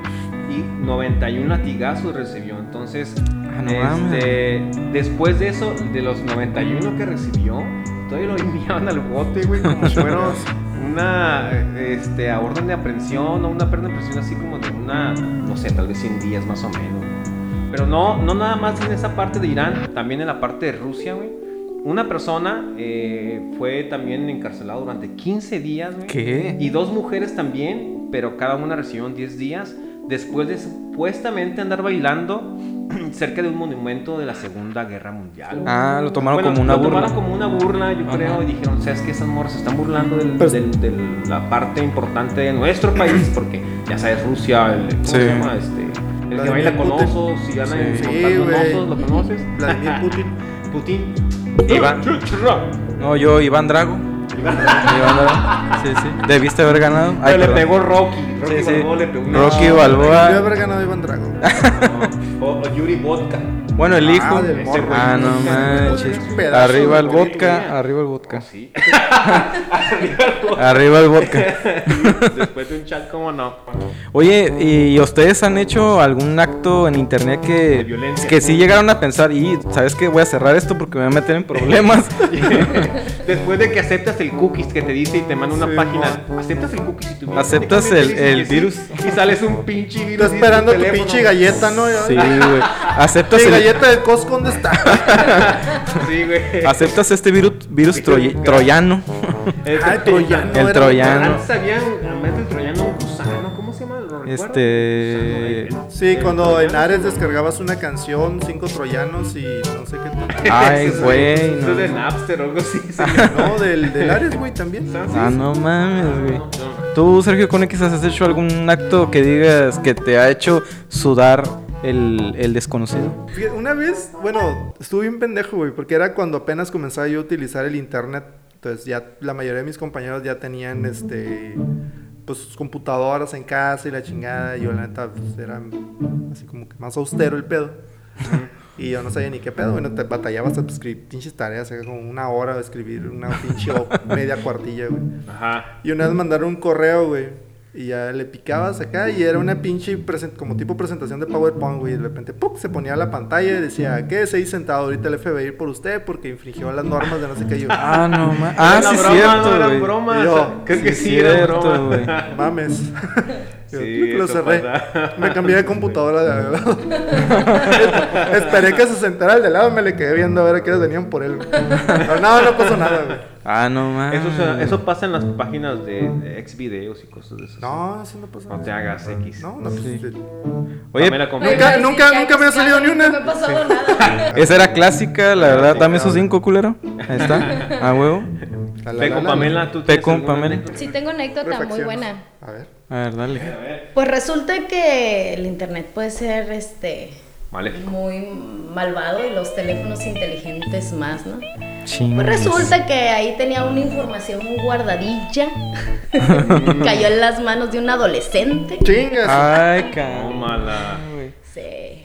[SPEAKER 2] y 91 latigazos recibió. Entonces,
[SPEAKER 3] Ah, no
[SPEAKER 2] este, después de eso, de los 91 que recibió, todavía lo [LAUGHS] enviaban al bote, güey, como si fuera una este, a orden de aprehensión o una orden de aprehensión así como de una, no sé, tal vez 100 días más o menos. Pero no, no nada más en esa parte de Irán, también en la parte de Rusia, güey. Una persona eh, fue también encarcelada durante 15 días, güey.
[SPEAKER 3] ¿Qué?
[SPEAKER 2] Y dos mujeres también, pero cada una recibieron 10 días después de supuestamente andar bailando [CLEARS THROAT] cerca de un monumento de la Segunda Guerra Mundial. güey.
[SPEAKER 3] Ah, lo tomaron
[SPEAKER 2] Bueno,
[SPEAKER 3] como una
[SPEAKER 2] lo
[SPEAKER 3] burla.
[SPEAKER 2] tomaron como una burla, yo
[SPEAKER 3] Ajá.
[SPEAKER 2] creo, y dijeron, ¿sabes que Esas morras se están burlando del-
[SPEAKER 5] Pero-
[SPEAKER 2] del- de la parte importante de nuestro
[SPEAKER 5] [CLEARS THROAT]
[SPEAKER 2] país, porque ya sabes, Rusia, el, ¿cómo
[SPEAKER 3] Sí.
[SPEAKER 2] se llama? Este, el que
[SPEAKER 5] Vladimir
[SPEAKER 2] baila con
[SPEAKER 5] Putin.
[SPEAKER 2] osos y anda
[SPEAKER 3] Sí.
[SPEAKER 2] montando en
[SPEAKER 5] Sí,
[SPEAKER 2] osos, ¿lo
[SPEAKER 5] güey.
[SPEAKER 2] conoces?
[SPEAKER 5] [LAUGHS] Vladimir Putin.
[SPEAKER 2] Putin.
[SPEAKER 3] Iván. No, yo, Iván Drago. [LAUGHS] Iván Drago. Sí, sí. Debiste haber ganado. Ay,
[SPEAKER 2] Pero le
[SPEAKER 3] perdón.
[SPEAKER 2] pegó Rocky. Rocky
[SPEAKER 3] Sí, sí.
[SPEAKER 2] Balboa le pegó.
[SPEAKER 3] Rocky
[SPEAKER 5] Debió
[SPEAKER 3] Balboa.
[SPEAKER 5] haber ganado Iván Drago.
[SPEAKER 2] O, o Yuri Vodka.
[SPEAKER 3] Bueno, el hijo.
[SPEAKER 5] Ah, del morro.
[SPEAKER 3] Ah, no
[SPEAKER 5] Ese
[SPEAKER 3] manches.
[SPEAKER 5] pedazo
[SPEAKER 3] Arriba
[SPEAKER 5] de
[SPEAKER 3] el
[SPEAKER 5] gorila.
[SPEAKER 3] vodka, arriba el vodka.
[SPEAKER 2] Sí. [LAUGHS]
[SPEAKER 3] Arriba el vodka.
[SPEAKER 2] Después de un chat, ¿cómo no? [LAUGHS]
[SPEAKER 3] Oye, ¿y ustedes han hecho algún acto en internet
[SPEAKER 2] De
[SPEAKER 3] que,
[SPEAKER 2] violencia.
[SPEAKER 3] que sí llegaron a pensar, y sabes que voy a cerrar esto porque me voy a meter
[SPEAKER 2] [LAUGHS]
[SPEAKER 3] en problemas?
[SPEAKER 2] Después de que aceptas el cookies que te dice y te manda una
[SPEAKER 5] Sí,
[SPEAKER 2] página, aceptas el cookies y tú
[SPEAKER 3] Aceptas el- el
[SPEAKER 2] Y sí,
[SPEAKER 3] virus.
[SPEAKER 2] Y sales un pinche virus.
[SPEAKER 5] Está
[SPEAKER 2] ahí en
[SPEAKER 5] esperando tu
[SPEAKER 2] teléfono.
[SPEAKER 5] pinche galleta, ¿no?
[SPEAKER 3] Sí, güey. Aceptas,
[SPEAKER 5] Pinche
[SPEAKER 3] el-
[SPEAKER 5] galleta de Costco, ¿dónde está?
[SPEAKER 2] Sí, güey. [LAUGHS]
[SPEAKER 3] aceptas este virus, virus troy- troyano. [LAUGHS]
[SPEAKER 2] Este,
[SPEAKER 5] Ah, el troyano.
[SPEAKER 3] El
[SPEAKER 5] era-
[SPEAKER 3] troyano.
[SPEAKER 2] Antes había, un- además del troyano, un gusano. ¿Cómo se llama? ¿Lo recuerdas?
[SPEAKER 3] Este-
[SPEAKER 2] Gusano, el-
[SPEAKER 5] Sí,
[SPEAKER 2] el
[SPEAKER 5] cuando
[SPEAKER 2] troyano.
[SPEAKER 5] en Ares descargabas una canción, cinco troyanos y no sé qué. t-
[SPEAKER 2] [LAUGHS]
[SPEAKER 3] Ay,
[SPEAKER 2] Eso es-
[SPEAKER 3] güey.
[SPEAKER 2] eso es de
[SPEAKER 3] No.
[SPEAKER 2] Napster o algo así. sí.
[SPEAKER 5] [LAUGHS] No, del, del Ares, güey, también.
[SPEAKER 3] Ah, no mames, güey. ¿Tú, Sergio con X, has hecho algún acto que digas que te ha hecho sudar el, el desconocido?
[SPEAKER 5] Fíjate, Una vez, bueno, estuve bien pendejo, güey, porque era cuando apenas comenzaba yo a utilizar el internet. Entonces ya la mayoría de mis compañeros ya tenían, este, pues sus computadoras en casa y la chingada. y Yo la neta, pues era así como que más austero el pedo. Y yo no sabía ni qué pedo, bueno, te batallabas a tus cri- pinches tareas, era como una hora de escribir una pinche o media cuartilla, güey.
[SPEAKER 4] Ajá.
[SPEAKER 5] Y una vez mandaron un correo, güey. Y ya le picabas acá y era una pinche presen- como tipo presentación de PowerPoint, güey. Y de repente, ¡pum! se ponía la pantalla y decía, ¿qué? Seis sentado ahorita el FBI por usted porque infringió las normas de no sé qué. Yo,
[SPEAKER 3] Ah, no, ma- Ah,
[SPEAKER 2] Era
[SPEAKER 3] sí,
[SPEAKER 2] broma, no era
[SPEAKER 3] cierto, güey.
[SPEAKER 2] broma.
[SPEAKER 5] Yo,
[SPEAKER 2] o sea, creo que sí, era
[SPEAKER 3] cierto,
[SPEAKER 2] broma.
[SPEAKER 3] güey.
[SPEAKER 2] [LAUGHS]
[SPEAKER 5] mames. [LAUGHS] Yo,
[SPEAKER 4] Sí,
[SPEAKER 5] lo
[SPEAKER 4] eso
[SPEAKER 5] cerré.
[SPEAKER 4] pasa.
[SPEAKER 5] Me cambié de computadora de lado. [LAUGHS] Esperé que se sentara el de lado y me le quedé viendo a ver a qué hora venían por él. güey. Pero no, no pasó nada, güey.
[SPEAKER 3] Ah, no, man.
[SPEAKER 2] Eso, suena- eso pasa en las páginas de, de ex videos y cosas de esas.
[SPEAKER 5] No, eso no pasó
[SPEAKER 2] No
[SPEAKER 5] nada.
[SPEAKER 2] te hagas X.
[SPEAKER 5] No, no, pues, sí.
[SPEAKER 3] Oye,
[SPEAKER 2] Pamela con-
[SPEAKER 5] Nunca-
[SPEAKER 6] Iba a
[SPEAKER 5] [LAUGHS]
[SPEAKER 6] decir
[SPEAKER 5] nunca-
[SPEAKER 6] que
[SPEAKER 5] nunca me ha
[SPEAKER 6] buscaba,
[SPEAKER 5] salido ni una.
[SPEAKER 6] No me ha pasado
[SPEAKER 5] [LAUGHS]
[SPEAKER 6] nada.
[SPEAKER 3] esa era clásica, la verdad. Dame esos
[SPEAKER 5] cabrón.
[SPEAKER 3] cinco, culero. Ahí está. A huevo.
[SPEAKER 5] La, la,
[SPEAKER 2] Peco
[SPEAKER 5] la, la.
[SPEAKER 2] Pamela, tú
[SPEAKER 3] Peco,
[SPEAKER 2] tienes alguna
[SPEAKER 3] Pamela.
[SPEAKER 2] anécdota?
[SPEAKER 6] Sí, tengo anécdota muy
[SPEAKER 5] Refacciones.
[SPEAKER 6] buena.
[SPEAKER 5] A ver.
[SPEAKER 3] A ver, dale.
[SPEAKER 6] Pues resulta que el internet puede ser este
[SPEAKER 2] Vale.
[SPEAKER 6] muy malvado y los teléfonos inteligentes más, ¿no? Pues
[SPEAKER 3] Chingues.
[SPEAKER 6] resulta que ahí tenía una información
[SPEAKER 3] [LAUGHS]
[SPEAKER 6] guardadilla. Cayó en las manos de un adolescente.
[SPEAKER 5] Chingas.
[SPEAKER 6] [LAUGHS]
[SPEAKER 3] Ay,
[SPEAKER 2] No,
[SPEAKER 3] cabrón.
[SPEAKER 2] mala.
[SPEAKER 3] güey.
[SPEAKER 6] Sí.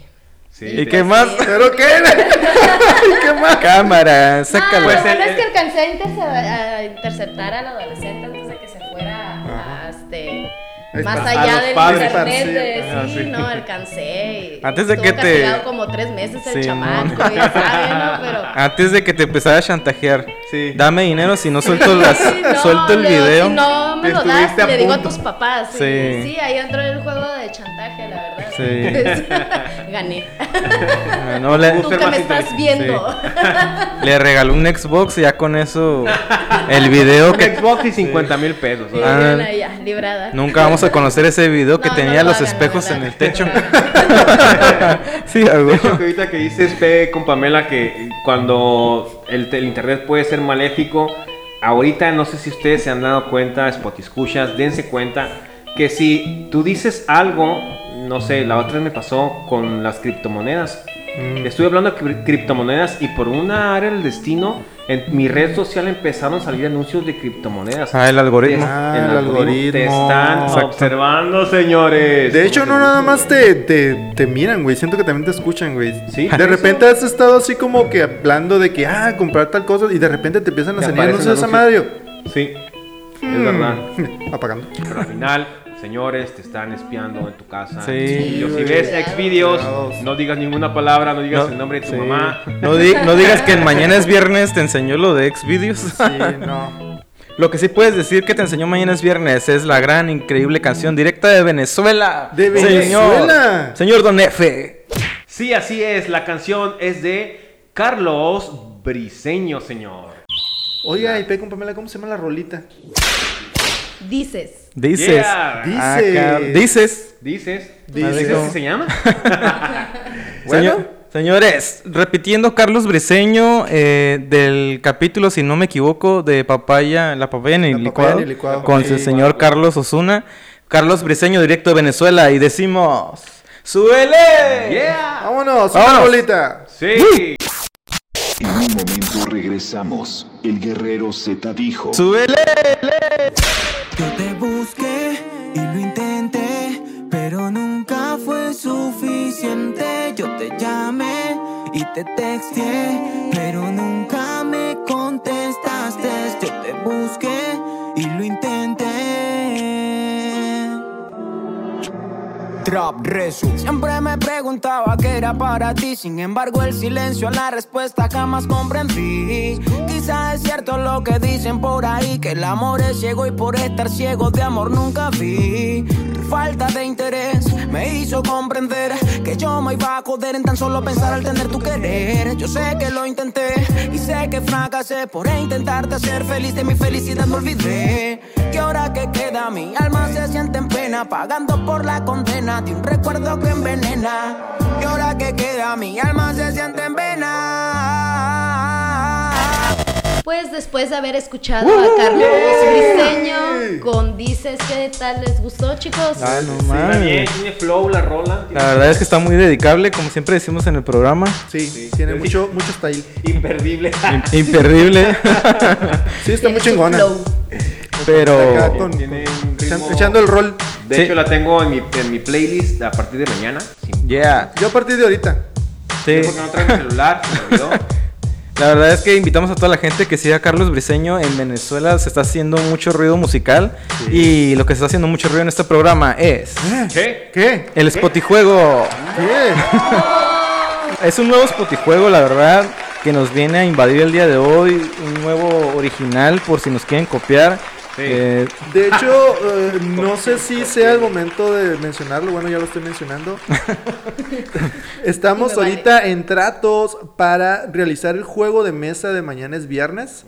[SPEAKER 2] Sí,
[SPEAKER 3] ¿Y
[SPEAKER 2] te-
[SPEAKER 3] qué más?
[SPEAKER 5] ¿Pero qué?
[SPEAKER 3] ¿Qué más? Cámara,
[SPEAKER 6] No,
[SPEAKER 3] sácala. Pues, eh,
[SPEAKER 6] lo
[SPEAKER 2] el-
[SPEAKER 6] Ah, bueno es que alcancé a, interce- a interceptar al adolescente antes de que se fuera a-
[SPEAKER 3] Ah.
[SPEAKER 6] a este,
[SPEAKER 5] Ahí
[SPEAKER 6] más
[SPEAKER 5] está.
[SPEAKER 2] A
[SPEAKER 6] allá
[SPEAKER 2] los
[SPEAKER 6] del
[SPEAKER 2] padres.
[SPEAKER 6] internet.
[SPEAKER 5] Sí,
[SPEAKER 6] de-
[SPEAKER 2] ah,
[SPEAKER 6] sí,
[SPEAKER 2] sí.
[SPEAKER 6] no, alcancé. y
[SPEAKER 3] Antes de
[SPEAKER 6] estuvo
[SPEAKER 3] que te-
[SPEAKER 6] castigado como tres meses el
[SPEAKER 3] Sí,
[SPEAKER 6] chamaco,
[SPEAKER 3] no.
[SPEAKER 6] ya sabe, ¿no? Pero...
[SPEAKER 3] [LAUGHS] Antes de que te empezara a chantajear.
[SPEAKER 2] Sí.
[SPEAKER 3] Dame dinero si
[SPEAKER 6] [LAUGHS]
[SPEAKER 3] no suelto [LAUGHS] las
[SPEAKER 6] Sí, no,
[SPEAKER 3] suelto el
[SPEAKER 6] le digo,
[SPEAKER 3] video.
[SPEAKER 6] Si no me
[SPEAKER 2] Te
[SPEAKER 6] lo das,
[SPEAKER 2] estuviste a
[SPEAKER 6] le digo a
[SPEAKER 2] punto.
[SPEAKER 6] tus papás. Sí,
[SPEAKER 3] Sí.
[SPEAKER 6] sí. ahí entró el juego de chantaje, la verdad.
[SPEAKER 3] Sí.
[SPEAKER 6] Entonces, [LAUGHS] Gané.
[SPEAKER 3] [LAUGHS] Ah, no, le,
[SPEAKER 6] Tú que
[SPEAKER 2] más
[SPEAKER 6] me estás
[SPEAKER 3] inteligente.
[SPEAKER 6] viendo. [LAUGHS]
[SPEAKER 3] le regaló un Xbox y ya con eso el
[SPEAKER 2] [LAUGHS]
[SPEAKER 3] video
[SPEAKER 2] Un
[SPEAKER 3] que [LAUGHS]
[SPEAKER 2] Xbox y 50 mil pesos.
[SPEAKER 6] Y
[SPEAKER 2] ¿no?
[SPEAKER 3] Ah.
[SPEAKER 6] bueno, ya, librada.
[SPEAKER 3] nunca vamos a conocer ese video que
[SPEAKER 6] No,
[SPEAKER 3] tenía
[SPEAKER 6] no lo
[SPEAKER 3] los
[SPEAKER 6] hagan, la
[SPEAKER 3] espejos en
[SPEAKER 6] verdad.
[SPEAKER 3] el
[SPEAKER 6] [LAUGHS]
[SPEAKER 3] techo. [LAUGHS]
[SPEAKER 6] No lo
[SPEAKER 3] sí, a
[SPEAKER 2] De hecho,
[SPEAKER 3] huevo.
[SPEAKER 2] que ahorita que dices, P con Pamela, que cuando el, el internet puede ser maléfico, ahorita no sé si ustedes se han dado cuenta, Spotify escuchas, dense cuenta que si tú dices algo, no sé, la otra vez me pasó con las criptomonedas.
[SPEAKER 5] Mm.
[SPEAKER 2] Estuve hablando de cri- criptomonedas y por una área del destino, en mi red social empezaron a salir anuncios de criptomonedas.
[SPEAKER 3] Ah, el algoritmo.
[SPEAKER 2] Te-
[SPEAKER 5] Ah, el algoritmo.
[SPEAKER 2] Te están
[SPEAKER 5] Exacto.
[SPEAKER 2] observando, señores.
[SPEAKER 5] De hecho, no
[SPEAKER 2] Como
[SPEAKER 5] nada
[SPEAKER 2] se-
[SPEAKER 5] más te, te, te miran, güey. Siento que también te escuchan, güey.
[SPEAKER 2] Sí,
[SPEAKER 5] De repente has estado así como que hablando de que, ah, comprar tal cosa y de repente te empiezan a
[SPEAKER 2] Te
[SPEAKER 5] salir
[SPEAKER 2] aparecen
[SPEAKER 5] anuncios de esa madre.
[SPEAKER 2] anuncios. Sí, es verdad.
[SPEAKER 5] yo, [LAUGHS] Apagando.
[SPEAKER 2] Pero al final, señores, te están espiando en tu casa.
[SPEAKER 3] Sí,
[SPEAKER 2] Y yo, si
[SPEAKER 5] güey.
[SPEAKER 2] ves ex videos,
[SPEAKER 5] Cuidados.
[SPEAKER 2] no digas ninguna palabra, no digas el nombre de tu
[SPEAKER 3] sí.
[SPEAKER 2] mamá.
[SPEAKER 3] No, di- no digas que en mañana es viernes te enseñó lo de Xvideos.
[SPEAKER 5] Sí, [LAUGHS] no.
[SPEAKER 3] [LAUGHS] Lo que sí puedes decir que te enseñó mañana es viernes es la gran, increíble canción directa de Venezuela.
[SPEAKER 5] ¡De
[SPEAKER 3] Señor-
[SPEAKER 5] Venezuela!
[SPEAKER 3] Señor Don F.
[SPEAKER 2] Sí, así es. La canción es de Carlos Briseño, señor.
[SPEAKER 5] Oiga, y Peco Pamela, ¿cómo se llama la rolita?
[SPEAKER 6] Dices.
[SPEAKER 3] Dices.
[SPEAKER 2] Yeah.
[SPEAKER 3] Ah,
[SPEAKER 5] Dices.
[SPEAKER 3] cab- dices.
[SPEAKER 2] Dices.
[SPEAKER 5] Dices.
[SPEAKER 2] ¿Dices que se llama?
[SPEAKER 5] Bueno.
[SPEAKER 3] Señor- señores, repitiendo Carlos Briseño eh, del capítulo, si no me equivoco, de Papaya, la Papaya en el
[SPEAKER 5] La
[SPEAKER 3] licuado,
[SPEAKER 5] Papaya en el licuado.
[SPEAKER 3] con
[SPEAKER 5] Sí.
[SPEAKER 3] el señor Carlos Osuna. Carlos Briseño, directo de Venezuela, y decimos: ¡Suele!
[SPEAKER 2] Yeah.
[SPEAKER 5] Vámonos, una
[SPEAKER 3] Vámonos.
[SPEAKER 5] rolita.
[SPEAKER 2] Sí.
[SPEAKER 8] En un momento regresamos. El guerrero Z dijo.
[SPEAKER 3] ¡Súbele!
[SPEAKER 9] Yo te busqué y lo intenté, pero nunca fue suficiente. Yo te llamé y te texté, pero nunca me contestaste. Yo te busqué y lo intenté. Trap Resu. Siempre me preguntaba qué era para ti, sin embargo el silencio a la respuesta jamás comprendí. Quizá es cierto lo que dicen por ahí, que el amor es ciego y por estar ciego de amor nunca vi. Tu falta de interés me hizo comprender que yo me iba a joder en tan solo pensar al tener tu querer. Yo sé que lo intenté y sé que fracasé por intentarte hacer feliz de mi felicidad me olvidé. Que ahora que queda mi alma se siente en pena pagando por la condena de un recuerdo que envenena. Que ahora que queda mi alma se siente en pena.
[SPEAKER 6] Pues después de haber escuchado a Carlos Briseño con Dices, ¿qué tal les gustó, chicos?
[SPEAKER 3] Ah, no
[SPEAKER 2] Está bien,
[SPEAKER 3] mames.
[SPEAKER 2] tiene flow la rola. tiene-
[SPEAKER 3] La verdad es que está muy dedicable, como siempre decimos en el programa.
[SPEAKER 5] Sí, tiene mucho, mucho style.
[SPEAKER 2] Imperdible.
[SPEAKER 3] Imperdible.
[SPEAKER 5] [LAUGHS] Sí, está muy
[SPEAKER 6] Tiene su
[SPEAKER 5] chingona.
[SPEAKER 6] Este flow.
[SPEAKER 5] Acá
[SPEAKER 3] pero.
[SPEAKER 5] con-
[SPEAKER 2] Tiene
[SPEAKER 5] con-
[SPEAKER 2] un ritmo-
[SPEAKER 5] echan- echando el rol.
[SPEAKER 2] De
[SPEAKER 3] Sí.
[SPEAKER 2] hecho, la tengo en mi, en mi playlist a partir de mañana. Sí.
[SPEAKER 3] Yeah.
[SPEAKER 5] Yo a partir de ahorita.
[SPEAKER 3] Sí.
[SPEAKER 2] Yo porque no traje mi celular, se me olvidó.
[SPEAKER 3] La verdad es que invitamos a toda la gente que siga a Carlos Briseño. En Venezuela se está haciendo mucho ruido musical. Y lo que se está haciendo mucho ruido en este programa es.
[SPEAKER 2] ¿Qué?
[SPEAKER 5] Ah, ¿Qué?
[SPEAKER 3] El Spotijuego.
[SPEAKER 5] ¿Qué?
[SPEAKER 3] Es un nuevo Spotijuego, la verdad, que nos viene a invadir el día de hoy. Un nuevo original, por si nos quieren copiar. Eh,
[SPEAKER 5] De hecho, eh, no sé si sea el momento de mencionarlo, bueno, ya lo estoy mencionando. Estamos
[SPEAKER 6] Y me vale.
[SPEAKER 5] ahorita en tratos para realizar el juego de mesa de mañana es viernes.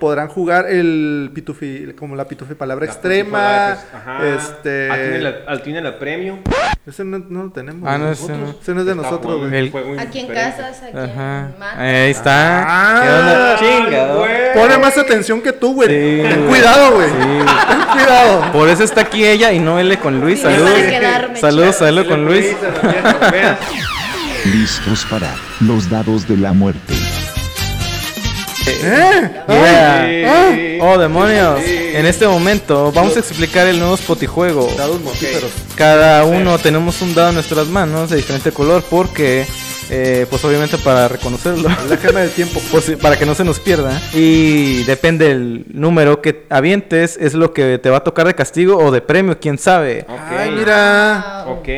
[SPEAKER 5] Podrán jugar el pitufi, como la pitufi palabra extrema.
[SPEAKER 2] pues,
[SPEAKER 5] este...
[SPEAKER 2] Al tiene la premio.
[SPEAKER 5] Ese no, no lo tenemos.
[SPEAKER 3] Ah, no,
[SPEAKER 5] nosotros.
[SPEAKER 3] ese no.
[SPEAKER 5] Ese Este no es de
[SPEAKER 2] Está
[SPEAKER 5] nosotros,
[SPEAKER 2] bueno,
[SPEAKER 5] güey.
[SPEAKER 3] El-
[SPEAKER 2] fue muy
[SPEAKER 6] Aquí en
[SPEAKER 2] diferente.
[SPEAKER 6] casas, aquí
[SPEAKER 3] ajá. Eh,
[SPEAKER 6] en Mac.
[SPEAKER 3] Ahí está.
[SPEAKER 5] Ah,
[SPEAKER 3] ¿Qué onda? Chingado.
[SPEAKER 2] güey.
[SPEAKER 5] Pone más atención que tú, güey.
[SPEAKER 3] Sí,
[SPEAKER 5] Ten
[SPEAKER 3] güey.
[SPEAKER 5] cuidado, güey.
[SPEAKER 3] Sí.
[SPEAKER 5] Ten cuidado.
[SPEAKER 3] Por eso está aquí ella y no L con Luis.
[SPEAKER 6] Sí, para
[SPEAKER 3] Saludos.
[SPEAKER 6] quedarme,
[SPEAKER 3] Saludos,
[SPEAKER 6] chavos.
[SPEAKER 3] saludos con Luis.
[SPEAKER 6] [LAUGHS]
[SPEAKER 8] Listos para los dados de la muerte.
[SPEAKER 5] ¿Eh?
[SPEAKER 3] Yeah.
[SPEAKER 2] Sí.
[SPEAKER 3] Ah. Oh, demonios.
[SPEAKER 2] Sí.
[SPEAKER 3] En este momento vamos a explicar el nuevo spotijuego.
[SPEAKER 5] Dados mortíferos.
[SPEAKER 3] Cada uno tenemos un dado en nuestras manos de diferente color porque, eh, pues obviamente para [LAUGHS] reconocerlo.
[SPEAKER 5] La gema del tiempo.
[SPEAKER 3] por si- para que no se nos pierda. Y depende del número que avientes, es lo que te va a tocar de castigo o de premio, quién sabe.
[SPEAKER 5] Ay, mira.
[SPEAKER 6] Wow.
[SPEAKER 2] Ok.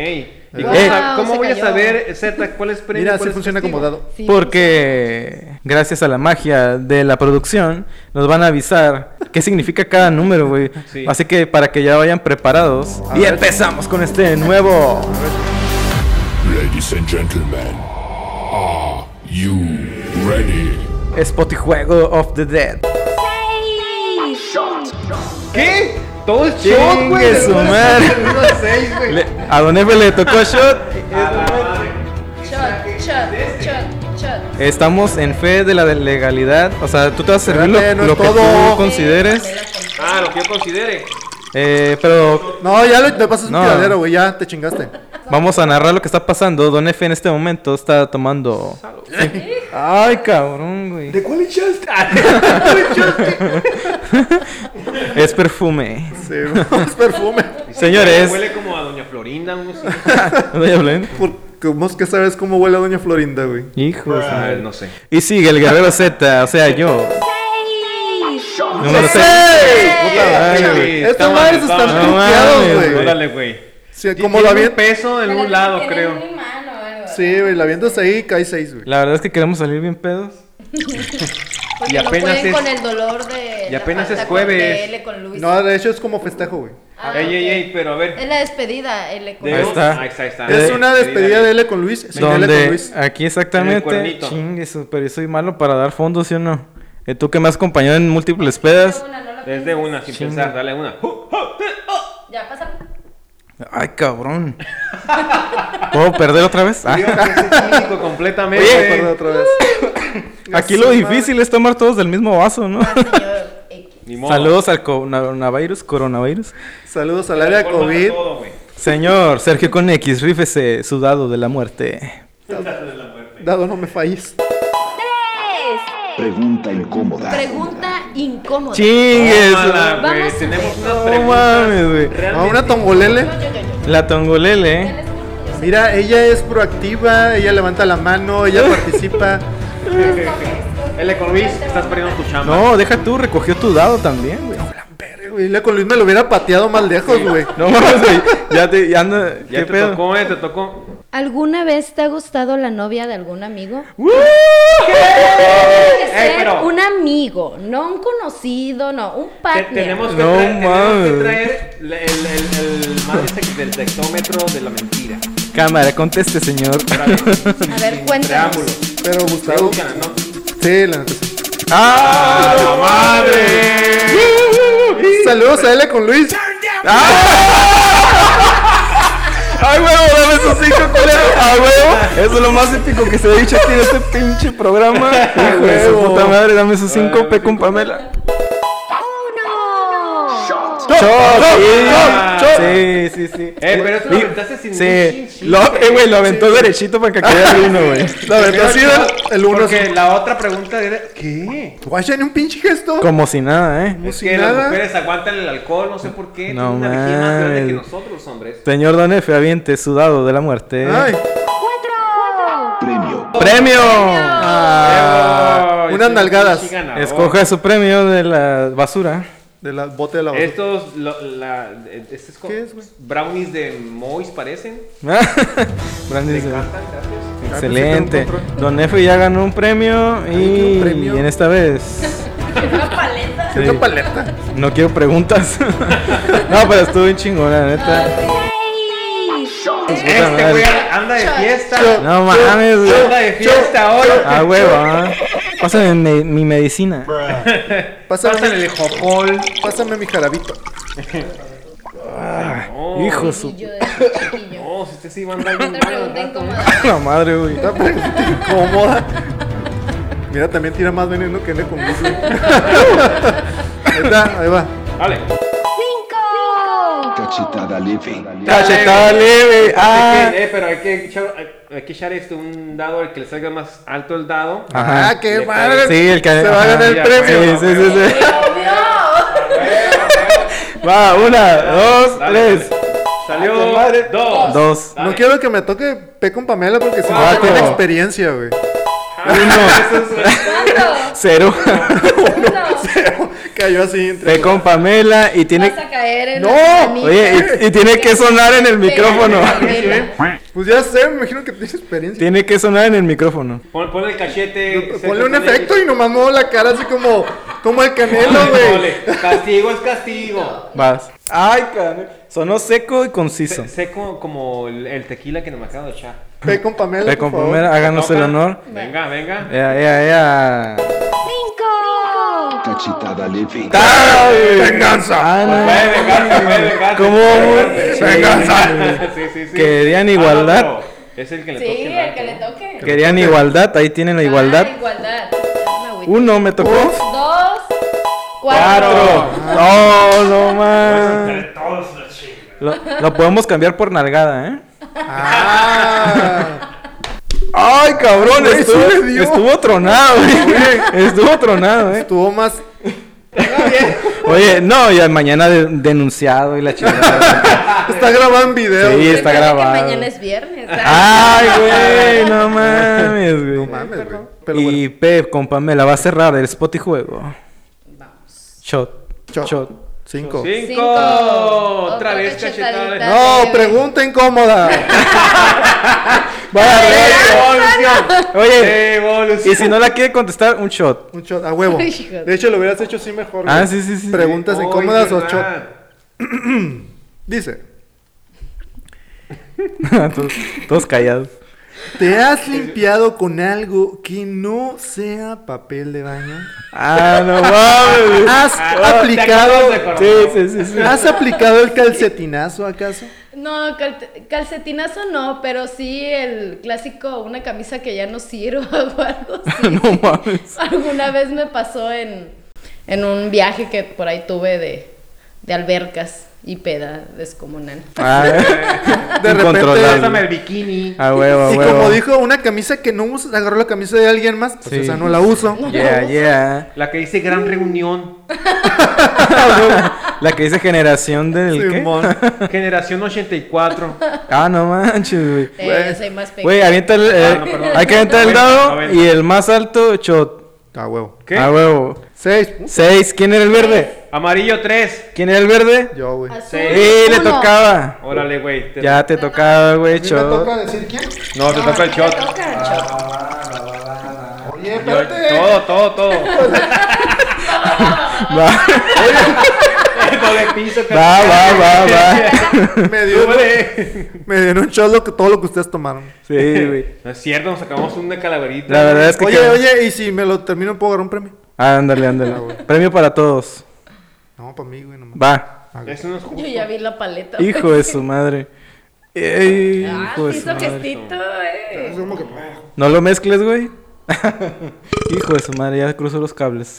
[SPEAKER 2] ¿Y
[SPEAKER 5] Wow,
[SPEAKER 2] cómo, sa- cómo
[SPEAKER 6] se
[SPEAKER 2] voy
[SPEAKER 6] cayó.
[SPEAKER 2] a saber, Z, cuál es premio?
[SPEAKER 5] Mira,
[SPEAKER 2] cuál
[SPEAKER 5] así
[SPEAKER 2] es
[SPEAKER 5] funciona
[SPEAKER 2] castigo?
[SPEAKER 5] como dado.
[SPEAKER 6] Sí,
[SPEAKER 3] Porque gracias a la magia de la producción nos van a avisar qué significa cada número, güey.
[SPEAKER 2] Sí.
[SPEAKER 3] Así que para que ya vayan preparados. y empezamos con este nuevo.
[SPEAKER 10] Ladies and gentlemen, are you ready?
[SPEAKER 3] Spotijuego of the Dead.
[SPEAKER 2] ¿Qué? Todo es shot, güey.
[SPEAKER 3] Chingue su
[SPEAKER 2] Después
[SPEAKER 3] madre.
[SPEAKER 2] del uno al seis, güey.
[SPEAKER 3] Le- a Don Efe le tocó shot.
[SPEAKER 6] Shot, shot, shot, shot.
[SPEAKER 3] Estamos en fe de la de- legalidad. O sea, tú te vas a servir lo,
[SPEAKER 5] Espérate, no es
[SPEAKER 3] lo que
[SPEAKER 5] todo.
[SPEAKER 3] tú consideres.
[SPEAKER 2] Ah, lo que yo considere.
[SPEAKER 3] Eh, pero
[SPEAKER 5] No, ya lo, te pasas
[SPEAKER 3] No.
[SPEAKER 5] un tiradero, güey. Ya te chingaste.
[SPEAKER 3] vamos a narrar lo que está pasando. Don Efe en este momento está tomando. Ay, cabrón, güey.
[SPEAKER 5] cuál echaste?
[SPEAKER 3] Es perfume.
[SPEAKER 5] Sí, [LAUGHS] es perfume.
[SPEAKER 3] Señores.
[SPEAKER 2] Huele como a Doña Florinda, uno sí.
[SPEAKER 3] [LAUGHS] ¿No ya hablé?
[SPEAKER 5] Por- ¿Cómo es que sabes cómo huele a Doña Florinda, güey?
[SPEAKER 3] Hijos.
[SPEAKER 2] A ver, no sé.
[SPEAKER 3] Y sigue el guerrero Z, o sea, yo. Número 6.
[SPEAKER 5] Puta
[SPEAKER 2] Sí,
[SPEAKER 5] madre. Estas
[SPEAKER 2] estamos,
[SPEAKER 5] madres están
[SPEAKER 2] estamos.
[SPEAKER 3] No mames,
[SPEAKER 5] truqueados, güey.
[SPEAKER 2] Órale, güey.
[SPEAKER 5] Sí,
[SPEAKER 2] Como
[SPEAKER 5] como la
[SPEAKER 2] bien
[SPEAKER 5] avientas.
[SPEAKER 2] peso en un lado, creo.
[SPEAKER 5] Sí, güey, la avientas ahí, cae seis, güey.
[SPEAKER 3] La verdad es que queremos salir bien pedos.
[SPEAKER 6] y
[SPEAKER 2] apenas
[SPEAKER 6] apenas
[SPEAKER 2] es-
[SPEAKER 6] con el dolor de
[SPEAKER 2] y
[SPEAKER 6] la
[SPEAKER 2] apenas
[SPEAKER 6] falta
[SPEAKER 2] es jueves.
[SPEAKER 6] con DL con Luis.
[SPEAKER 5] No, de hecho es como festejo, güey.
[SPEAKER 6] Ah,
[SPEAKER 2] ey, ey,
[SPEAKER 6] ok.
[SPEAKER 2] ey, pero a ver.
[SPEAKER 6] Es la despedida, L con
[SPEAKER 2] De-
[SPEAKER 3] Ahí
[SPEAKER 6] Luis.
[SPEAKER 3] está.
[SPEAKER 2] Ahí está, ahí está.
[SPEAKER 5] Es una despedida de L con Luis, sin L con
[SPEAKER 3] Donde
[SPEAKER 5] Luis.
[SPEAKER 3] aquí
[SPEAKER 2] En el
[SPEAKER 3] exactamente.
[SPEAKER 2] cuernito.
[SPEAKER 3] Chingue, su- pero yo soy malo para dar fondos, ¿sí o no? Eh, Tú que me has acompañado en múltiples pedas.
[SPEAKER 2] Desde una, sin
[SPEAKER 3] Chinga.
[SPEAKER 2] pensar, dale
[SPEAKER 3] [LAUGHS]
[SPEAKER 2] una. Uh,
[SPEAKER 6] Ya pasa.
[SPEAKER 3] Ay,
[SPEAKER 2] [LAUGHS]
[SPEAKER 3] cabrón. ¿Puedo perder otra vez? Ah,
[SPEAKER 2] Dios, ese cínico completamente.
[SPEAKER 5] Me acordé otra vez.
[SPEAKER 3] aquí lo difícil es tomar todos del mismo vaso, ¿no?
[SPEAKER 6] Señor X.
[SPEAKER 2] Ni modo.
[SPEAKER 3] Saludos al coronavirus, coronavirus.
[SPEAKER 5] Saludos al área
[SPEAKER 2] Colma
[SPEAKER 5] COVID.
[SPEAKER 2] todo, güey.
[SPEAKER 3] Señor Sergio con X, rífese su dado de la muerte.
[SPEAKER 5] Dado, no me falles.
[SPEAKER 8] Pregunta incómoda.
[SPEAKER 6] Pregunta incómoda.
[SPEAKER 3] Chingue su-
[SPEAKER 2] Tómala, güey,
[SPEAKER 6] Vamos a
[SPEAKER 2] Tenemos
[SPEAKER 6] ver.
[SPEAKER 2] unas
[SPEAKER 3] No
[SPEAKER 2] preguntas
[SPEAKER 3] mames, güey.
[SPEAKER 5] A
[SPEAKER 2] realmente-
[SPEAKER 5] una tongolele.
[SPEAKER 6] Yo, yo, yo, yo.
[SPEAKER 3] La tongolele.
[SPEAKER 5] Mira, ella es proactiva, ella levanta la
[SPEAKER 3] [LAUGHS]
[SPEAKER 5] mano, ella participa.
[SPEAKER 2] L con Luis, estás perdiendo tu chamba.
[SPEAKER 3] No, deja tú, recogió tu dado también, güey.
[SPEAKER 5] Verga, güey, la con Luis me lo hubiera pateado más lejos, güey.
[SPEAKER 3] No mames, güey. Ya te, ya anda-
[SPEAKER 2] Ya
[SPEAKER 3] ¿qué
[SPEAKER 2] te
[SPEAKER 3] pedo?
[SPEAKER 2] tocó, eh, te tocó.
[SPEAKER 6] ¿Alguna vez te ha gustado la novia de algún amigo?
[SPEAKER 3] ¡Uh! Eh,
[SPEAKER 6] Tiene que
[SPEAKER 2] Ey,
[SPEAKER 6] ser
[SPEAKER 2] pero-
[SPEAKER 6] un amigo, no un conocido, no, un
[SPEAKER 2] Te-
[SPEAKER 6] partner.
[SPEAKER 2] tenemos que
[SPEAKER 3] No
[SPEAKER 2] traer, tenemos que
[SPEAKER 3] mames.
[SPEAKER 2] traer el, el, el, el más este- del tectómetro de la mentira.
[SPEAKER 3] Cámara, conteste, señor.
[SPEAKER 6] A ver,
[SPEAKER 2] Preámbulo.
[SPEAKER 6] cuéntanos.
[SPEAKER 5] Pero
[SPEAKER 2] Te
[SPEAKER 5] Gustavo.
[SPEAKER 2] buscan, ¿no?
[SPEAKER 5] Sí, la neta. sí.
[SPEAKER 3] ¡Ah!
[SPEAKER 2] ¡La madre!
[SPEAKER 5] Saludos a L con Luis.
[SPEAKER 2] ¡Ah!
[SPEAKER 3] ¡Ah! ¡Ay, huevo! ¡Dame esos cinco culeros! ¡Ay, ¡Ah, huevo! Eso es lo más épico que se ha dicho aquí en este pinche programa.
[SPEAKER 2] ¡Ah,
[SPEAKER 3] ¡Hijo de su
[SPEAKER 5] huevo.
[SPEAKER 3] puta madre! ¡Dame esos cinco, P con Pamela! ¡Shot!
[SPEAKER 2] shot,
[SPEAKER 3] ¡Shot!
[SPEAKER 2] shot.
[SPEAKER 3] Sí, sí, sí.
[SPEAKER 2] Eh, pero eso lo
[SPEAKER 3] Sí,
[SPEAKER 2] aventaste sin ningún
[SPEAKER 3] Sí.
[SPEAKER 2] chin,
[SPEAKER 3] Lo, eh, güey, lo aventó derechito para que cayera el uno,
[SPEAKER 2] [LAUGHS]
[SPEAKER 3] güey.
[SPEAKER 5] La verdad, sí,
[SPEAKER 2] Primero
[SPEAKER 5] el- el uno
[SPEAKER 2] Porque
[SPEAKER 5] es.
[SPEAKER 2] la otra pregunta era, ¿qué?
[SPEAKER 5] Guay, ya ni un pinche gesto.
[SPEAKER 3] Como si nada, ¿eh?
[SPEAKER 2] Es
[SPEAKER 5] si
[SPEAKER 2] que
[SPEAKER 5] nada.
[SPEAKER 2] las mujeres aguantan el alcohol, no sé por qué.
[SPEAKER 3] No
[SPEAKER 2] tienen una energía más grande que
[SPEAKER 3] mames.
[SPEAKER 2] nosotros, hombres.
[SPEAKER 3] Señor Don F, aviente sudado de la muerte.
[SPEAKER 5] Ay,
[SPEAKER 8] Premio.
[SPEAKER 3] ¡Premio!
[SPEAKER 5] Ah,
[SPEAKER 2] Bravo,
[SPEAKER 5] unas
[SPEAKER 2] ese
[SPEAKER 5] nalgadas.
[SPEAKER 2] pinche ganador.
[SPEAKER 3] Escoge su premio de la basura.
[SPEAKER 5] De la bote de la
[SPEAKER 3] Eh,
[SPEAKER 5] basura.
[SPEAKER 2] Estos, lo- la, eh, este es co-
[SPEAKER 5] ¿Qué es, güey?
[SPEAKER 2] Brownies de Mois parecen.
[SPEAKER 3] ¿Ah? [LAUGHS] Brandy
[SPEAKER 2] Me
[SPEAKER 3] dice,
[SPEAKER 2] encantan, gracias.
[SPEAKER 3] eh. Excelente.
[SPEAKER 5] Claro, sí, tengo un
[SPEAKER 3] Don F ya ganó un premio y
[SPEAKER 5] un premio.
[SPEAKER 3] en esta vez
[SPEAKER 6] Una paleta.
[SPEAKER 3] Sí.
[SPEAKER 5] Esta paleta.
[SPEAKER 3] no quiero preguntas. [LAUGHS] no, pero estuvo bien chingona, la neta.
[SPEAKER 2] Este güey anda de fiesta.
[SPEAKER 3] No mames,
[SPEAKER 2] Anda
[SPEAKER 3] güey.
[SPEAKER 2] de fiesta ahora.
[SPEAKER 3] A huevo, ah. Pásame mi, mi medicina.
[SPEAKER 5] Pásame,
[SPEAKER 2] Pásale el jocol.
[SPEAKER 5] pásame mi jarabito.
[SPEAKER 2] No,
[SPEAKER 3] Hijo su
[SPEAKER 6] Yo de chiquillo.
[SPEAKER 2] No, Oh, si usted sí va a andar bien mal,
[SPEAKER 6] Otra pregunta
[SPEAKER 2] ¿verdad?
[SPEAKER 3] [LAUGHS]
[SPEAKER 6] incómoda.
[SPEAKER 3] la madre, güey.
[SPEAKER 5] Está pre- incómoda. Mira, también tira más veneno que le con Gus, güey. Ahí está, ahí va.
[SPEAKER 2] Vale.
[SPEAKER 8] Cachetada leve.
[SPEAKER 3] Cachetada leve.
[SPEAKER 2] Hay
[SPEAKER 3] Ah.
[SPEAKER 2] que- eh, pero hay que, echar, hay, hay que echar este, un dado al que le salga más alto el dado.
[SPEAKER 3] Ajá.
[SPEAKER 5] Ah, qué
[SPEAKER 2] Le
[SPEAKER 5] madre.
[SPEAKER 3] Sí, el que Ah,
[SPEAKER 5] Se va a
[SPEAKER 3] ajá.
[SPEAKER 5] ganar el
[SPEAKER 2] Ya,
[SPEAKER 5] premio.
[SPEAKER 2] güey.
[SPEAKER 3] Sí, sí, sí, sí. [LAUGHS] Va, una, dos,
[SPEAKER 2] Dale,
[SPEAKER 3] tres.
[SPEAKER 2] dale.
[SPEAKER 3] Ah,
[SPEAKER 2] Salió
[SPEAKER 3] qué madre.
[SPEAKER 2] dos.
[SPEAKER 3] Dos.
[SPEAKER 5] No quiero que me toque P con Pamela porque si no
[SPEAKER 3] Cuatro.
[SPEAKER 5] tiene experiencia, güey. [LAUGHS]
[SPEAKER 3] [LAUGHS] Cero.
[SPEAKER 5] Cayó así entre.
[SPEAKER 3] Ve con Pamela y tiene. ¡Oh!
[SPEAKER 6] Vas a caer en
[SPEAKER 5] No,
[SPEAKER 6] la camita.
[SPEAKER 3] Oye, y, y tiene que sonar en el micrófono. [LAUGHS]
[SPEAKER 6] Pamela.
[SPEAKER 5] Pues ya sé, me imagino que tiene experiencia.
[SPEAKER 3] Tiene que sonar en el micrófono.
[SPEAKER 2] Pon, ponle el cachete.
[SPEAKER 5] Ponle
[SPEAKER 2] cerca,
[SPEAKER 5] un
[SPEAKER 2] ponle-
[SPEAKER 5] efecto y nomás muevo la cara así como. Como el canelo,
[SPEAKER 2] Ponle,
[SPEAKER 5] güey.
[SPEAKER 2] ponle. Castigo es castigo.
[SPEAKER 3] Vas. Ay, cabrón. Sonó seco y conciso.
[SPEAKER 2] Se- Seco como el, el tequila que nos me acabo de echar.
[SPEAKER 5] P con Pamela.
[SPEAKER 3] Ve
[SPEAKER 5] por
[SPEAKER 3] con
[SPEAKER 5] favor.
[SPEAKER 3] Pamela, háganos el
[SPEAKER 2] Toca.
[SPEAKER 3] honor.
[SPEAKER 2] Venga, venga.
[SPEAKER 3] Ya, ya, ya.
[SPEAKER 8] Cachetada leve.
[SPEAKER 3] Venganza.
[SPEAKER 2] Puede vengarse, puede vengarse.
[SPEAKER 3] ¿Cómo?
[SPEAKER 2] puede vengarse.
[SPEAKER 3] Venganza.
[SPEAKER 2] Sí, sí, sí.
[SPEAKER 3] Querían
[SPEAKER 2] Ah, no,
[SPEAKER 3] igualdad.
[SPEAKER 2] pero es el que le
[SPEAKER 6] Sí,
[SPEAKER 2] toque. ¿no?
[SPEAKER 6] el que le toque.
[SPEAKER 3] Querían igualdad, ahí tienen la igualdad.
[SPEAKER 6] Ah, igualdad.
[SPEAKER 3] Uno me tocó.
[SPEAKER 6] Dos.
[SPEAKER 3] Cuatro. No, no
[SPEAKER 4] Entre
[SPEAKER 3] más.
[SPEAKER 4] todos la chinga.
[SPEAKER 3] Lo, lo podemos cambiar por nalgada, ¿eh?
[SPEAKER 5] Ah,
[SPEAKER 3] Ay, cabrón,
[SPEAKER 5] Güey, sí
[SPEAKER 3] estuvo,
[SPEAKER 5] le dio.
[SPEAKER 3] estuvo tronado, güey. Estuvo tronado, eh.
[SPEAKER 5] estuvo más.
[SPEAKER 3] Oye, no, ya mañana de- denunciado y la chingada.
[SPEAKER 5] Está grabado en video.
[SPEAKER 3] Sí,
[SPEAKER 6] ¿Qué
[SPEAKER 3] está
[SPEAKER 6] pasa que
[SPEAKER 3] grabado.
[SPEAKER 6] mañana es viernes.
[SPEAKER 3] Ay, güey, no mames, güey.
[SPEAKER 5] No mames, güey. Pero bueno.
[SPEAKER 3] Y Pep, con Pamela, va a cerrar el spot y juego. Shot.
[SPEAKER 5] Shot.
[SPEAKER 3] Shot.
[SPEAKER 5] Cinco.
[SPEAKER 2] Cinco.
[SPEAKER 6] Cinco.
[SPEAKER 2] Otra
[SPEAKER 6] Otra
[SPEAKER 2] vez
[SPEAKER 6] cachetadita.
[SPEAKER 2] cachetada.
[SPEAKER 5] No, pregunta incómoda.
[SPEAKER 3] Vaya,
[SPEAKER 2] Evolución.
[SPEAKER 3] Oye,
[SPEAKER 2] Evolución.
[SPEAKER 3] y si no la quiere contestar, un shot.
[SPEAKER 5] Un shot a huevo.
[SPEAKER 6] Hijo de-
[SPEAKER 5] De hecho, lo hubieras hecho así mejor.
[SPEAKER 3] Ah,
[SPEAKER 5] güey.
[SPEAKER 3] sí, sí, sí.
[SPEAKER 5] Preguntas
[SPEAKER 2] Oh, es
[SPEAKER 5] incómodas o
[SPEAKER 2] verdad.
[SPEAKER 5] shot. Dice:
[SPEAKER 3] todos, todos callados.
[SPEAKER 5] ¿Te has limpiado con algo que no sea papel de baño?
[SPEAKER 3] Ah, no mames. Ah, güey.
[SPEAKER 5] ¿Has
[SPEAKER 2] te acabas
[SPEAKER 5] aplicado?
[SPEAKER 2] de acordar.
[SPEAKER 3] Sí, sí, sí, sí.
[SPEAKER 5] ¿Has aplicado el calcetinazo acaso?
[SPEAKER 6] No, cal- calcetinazo no, pero sí el clásico, una camisa que ya no sirve [LAUGHS] o algo así.
[SPEAKER 3] [LAUGHS] No mames.
[SPEAKER 6] Alguna vez me pasó en, en un viaje que por ahí tuve de, de albercas y peda descomunal.
[SPEAKER 3] Ah,
[SPEAKER 5] De
[SPEAKER 2] Pásame
[SPEAKER 3] incontrolable.
[SPEAKER 2] el bikini.
[SPEAKER 3] A huevo, a
[SPEAKER 5] y
[SPEAKER 3] huevo.
[SPEAKER 5] como dijo, una camisa que no usas, agarró la camisa de alguien más, pues
[SPEAKER 3] Sí.
[SPEAKER 5] esa no la uso.
[SPEAKER 3] Yeah, yeah.
[SPEAKER 2] [LAUGHS] La que dice gran reunión.
[SPEAKER 3] La que dice generación del qué?
[SPEAKER 5] Simón.
[SPEAKER 2] Generación 84.
[SPEAKER 3] Ah, no manches, güey.
[SPEAKER 6] Eh, yo soy más pequeña.
[SPEAKER 3] Güey, avienta el, eh,
[SPEAKER 2] no, perdón.
[SPEAKER 3] hay que aventar el
[SPEAKER 2] Noventa,
[SPEAKER 3] dado
[SPEAKER 2] noventa.
[SPEAKER 3] y el más alto shot.
[SPEAKER 5] A huevo.
[SPEAKER 2] ¿Qué?
[SPEAKER 3] A huevo.
[SPEAKER 5] Seis.
[SPEAKER 3] Seis, ¿quién era el verde?
[SPEAKER 2] Amarillo 3.
[SPEAKER 3] ¿Quién era el verde?
[SPEAKER 5] Yo, güey.
[SPEAKER 6] Azul,
[SPEAKER 2] Sí.
[SPEAKER 3] Sí, le
[SPEAKER 6] uno.
[SPEAKER 3] tocaba.
[SPEAKER 2] Órale, güey. te-
[SPEAKER 3] Ya te tocaba, güey,
[SPEAKER 5] ¿Me toca
[SPEAKER 3] shot.
[SPEAKER 5] decir quién? Ah,
[SPEAKER 2] No, te toca el Ah.
[SPEAKER 6] Te
[SPEAKER 2] shot.
[SPEAKER 6] toca el
[SPEAKER 5] Oye,
[SPEAKER 6] shot.
[SPEAKER 2] Yo- todo, todo,
[SPEAKER 3] [LAUGHS]
[SPEAKER 2] [LAUGHS] todo.
[SPEAKER 3] Va,
[SPEAKER 2] Todo el piso,
[SPEAKER 3] va, va, va,
[SPEAKER 2] [LAUGHS]
[SPEAKER 3] va.
[SPEAKER 5] Me dieron,
[SPEAKER 2] Súbele.
[SPEAKER 5] me dieron un shot lo que, todo lo que ustedes tomaron.
[SPEAKER 3] Sí, güey.
[SPEAKER 2] [LAUGHS] No es cierto, nos sacamos una calaverita.
[SPEAKER 3] La verdad es que.
[SPEAKER 5] Oye, oye, y si me lo termino, ¿puedo agarrar un premio?
[SPEAKER 3] Ah, ándale, ándale. Premio para todos.
[SPEAKER 5] No, para mí, güey, nomás.
[SPEAKER 3] Va.
[SPEAKER 2] Eso no es justo.
[SPEAKER 6] Yo ya vi la paleta.
[SPEAKER 3] Hijo de su madre. Ey,
[SPEAKER 6] Ah,
[SPEAKER 3] hijo de su
[SPEAKER 6] hizo
[SPEAKER 3] madre.
[SPEAKER 6] gestito, eh.
[SPEAKER 5] como que.
[SPEAKER 3] No lo mezcles, güey. [LAUGHS] Hijo de su madre, ya cruzo los cables.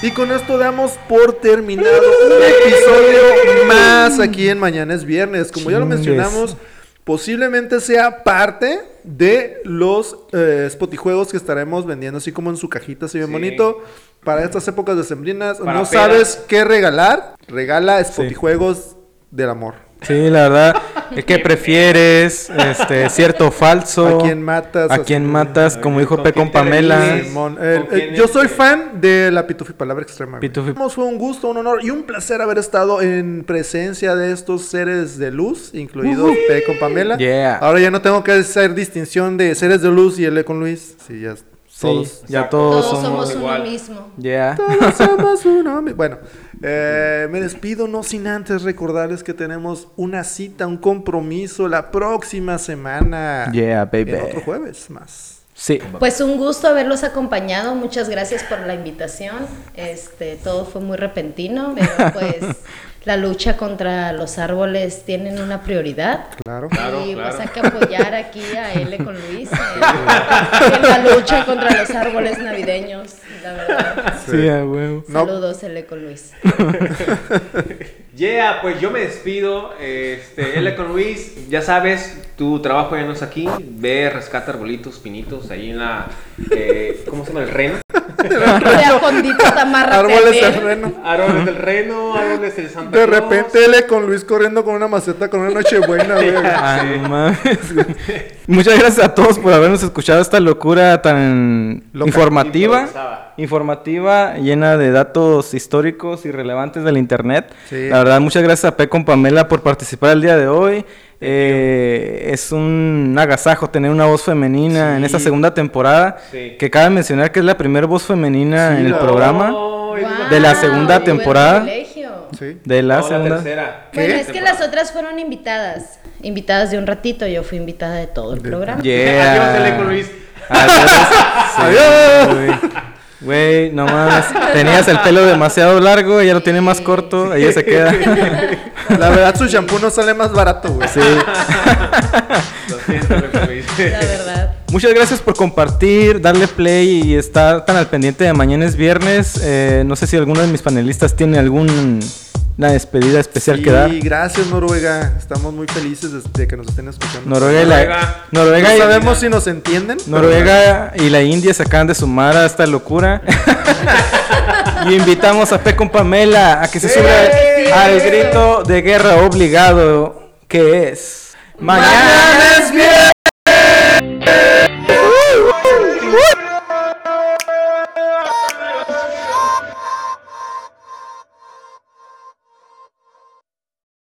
[SPEAKER 5] Y con esto damos por terminado un episodio más aquí en Mañana es Viernes. Como ya lo
[SPEAKER 3] Chingues.
[SPEAKER 5] mencionamos, posiblemente sea parte de los eh, spotijuegos que estaremos vendiendo, así como en su cajita, así bien
[SPEAKER 2] Sí.
[SPEAKER 5] bonito. Para estas épocas decembrinas,
[SPEAKER 2] Para
[SPEAKER 5] no
[SPEAKER 2] pedas.
[SPEAKER 5] sabes qué regalar, regala spotijuegos del amor.
[SPEAKER 3] Sí, la verdad. ¿Qué que prefieres? Este, cierto o falso.
[SPEAKER 5] ¿A quién matas?
[SPEAKER 3] ¿A quién matas? Como dijo
[SPEAKER 2] ¿Con
[SPEAKER 3] P. con
[SPEAKER 2] quién te
[SPEAKER 3] Pamela.
[SPEAKER 2] reúnes?
[SPEAKER 5] Simón, eh,
[SPEAKER 2] ¿Con
[SPEAKER 5] eh,
[SPEAKER 2] quién
[SPEAKER 5] yo
[SPEAKER 2] es
[SPEAKER 5] soy
[SPEAKER 2] que-
[SPEAKER 5] fan de la Pitufi Palabra Extrema. güey.
[SPEAKER 3] Pitufi.
[SPEAKER 5] Fue un gusto, un honor y un placer haber estado en presencia de estos seres de luz, incluidos P con Pamela.
[SPEAKER 3] Yeah.
[SPEAKER 5] Ahora ya no tengo que hacer distinción de seres de luz y L con Luis. Sí, ya
[SPEAKER 3] Sí,
[SPEAKER 5] todos.
[SPEAKER 3] ya
[SPEAKER 6] Todos
[SPEAKER 3] todos
[SPEAKER 6] somos
[SPEAKER 3] somos.
[SPEAKER 6] uno
[SPEAKER 2] igual.
[SPEAKER 6] mismo.
[SPEAKER 3] Yeah.
[SPEAKER 5] Todos somos uno mi- Bueno, eh, me despido no sin antes recordarles que tenemos una cita, un compromiso la próxima semana.
[SPEAKER 3] Yeah, baby.
[SPEAKER 5] En otro jueves más.
[SPEAKER 3] Sí.
[SPEAKER 6] Pues un gusto haberlos acompañado, muchas gracias por la invitación. Este, todo fue muy repentino, pero pues la lucha contra los árboles tienen una prioridad.
[SPEAKER 5] Claro.
[SPEAKER 2] Claro,
[SPEAKER 6] y
[SPEAKER 2] claro.
[SPEAKER 6] pues hay que apoyar aquí a L con Luis eh, en la lucha contra los árboles navideños, la verdad.
[SPEAKER 3] Sí, a huevo.
[SPEAKER 5] No.
[SPEAKER 6] Saludos L con Luis.
[SPEAKER 2] Yeah, pues yo me despido. Este, [LAUGHS] L con Luis, ya sabes, tu trabajo ya no es aquí. Ve, rescata arbolitos, pinitos, ahí en la. eh, [LAUGHS] ¿Cómo se llama? El reno.
[SPEAKER 6] De Acondito Tamarra
[SPEAKER 5] Árboles de
[SPEAKER 6] también.
[SPEAKER 5] freno.
[SPEAKER 2] Árboles del reno, árboles del Santa
[SPEAKER 5] De
[SPEAKER 2] Claus.
[SPEAKER 5] repente L con Luis corriendo con una maceta con una nochebuena, güey.
[SPEAKER 3] [LAUGHS] Ah, no mames, güey. Muchas gracias a todos por habernos escuchado esta locura tan
[SPEAKER 5] Loca.
[SPEAKER 3] informativa,
[SPEAKER 2] Improvisada.
[SPEAKER 3] informativa, llena de datos históricos y relevantes del internet.
[SPEAKER 5] Sí.
[SPEAKER 3] La verdad, muchas gracias a P con Pamela por participar el día de hoy. Eh, es un agasajo tener una voz femenina en esta segunda temporada,
[SPEAKER 2] Sí.
[SPEAKER 3] que cabe mencionar que es la primera voz femenina
[SPEAKER 5] Sí,
[SPEAKER 3] en el
[SPEAKER 5] la-
[SPEAKER 3] programa.
[SPEAKER 2] Ay,
[SPEAKER 6] Guau,
[SPEAKER 3] De la segunda
[SPEAKER 6] tuve el
[SPEAKER 3] temporada.
[SPEAKER 6] privilegio.
[SPEAKER 5] Sí.
[SPEAKER 3] De la
[SPEAKER 2] no,
[SPEAKER 3] segunda.
[SPEAKER 2] tercera.
[SPEAKER 6] Bueno, es que las otras fueron invitadas. Invitadas de un ratito, yo fui invitada de todo el programa.
[SPEAKER 2] [LAUGHS]
[SPEAKER 3] Yeah.
[SPEAKER 2] [LAUGHS] Adiós, L con Luis.
[SPEAKER 3] Adiós. Ah,
[SPEAKER 5] [LAUGHS]
[SPEAKER 3] Sí, güey. Güey, no mames. Tenías el pelo demasiado largo, ella lo tiene más corto, ella se queda.
[SPEAKER 5] [LAUGHS] La verdad, su shampoo no sale más barato, güey.
[SPEAKER 3] Sí.
[SPEAKER 2] Lo siento, L con Luis.
[SPEAKER 6] [LAUGHS] La verdad.
[SPEAKER 3] Muchas gracias por compartir, darle play y estar tan al pendiente de mañana es viernes. Eh, no sé si alguno de mis panelistas tiene alguna despedida especial
[SPEAKER 5] Sí,
[SPEAKER 3] que dar.
[SPEAKER 5] gracias Noruega. Estamos muy felices de- de que nos estén escuchando.
[SPEAKER 3] Noruega y la,
[SPEAKER 2] Noruega.
[SPEAKER 3] Noruega
[SPEAKER 5] no
[SPEAKER 3] y-
[SPEAKER 5] sabemos si nos entienden. pero-
[SPEAKER 3] Noruega y la India se acaban de sumar a esta locura. y invitamos a P con Pamela a que se suba al grito de guerra obligado que es. Mañana es viernes.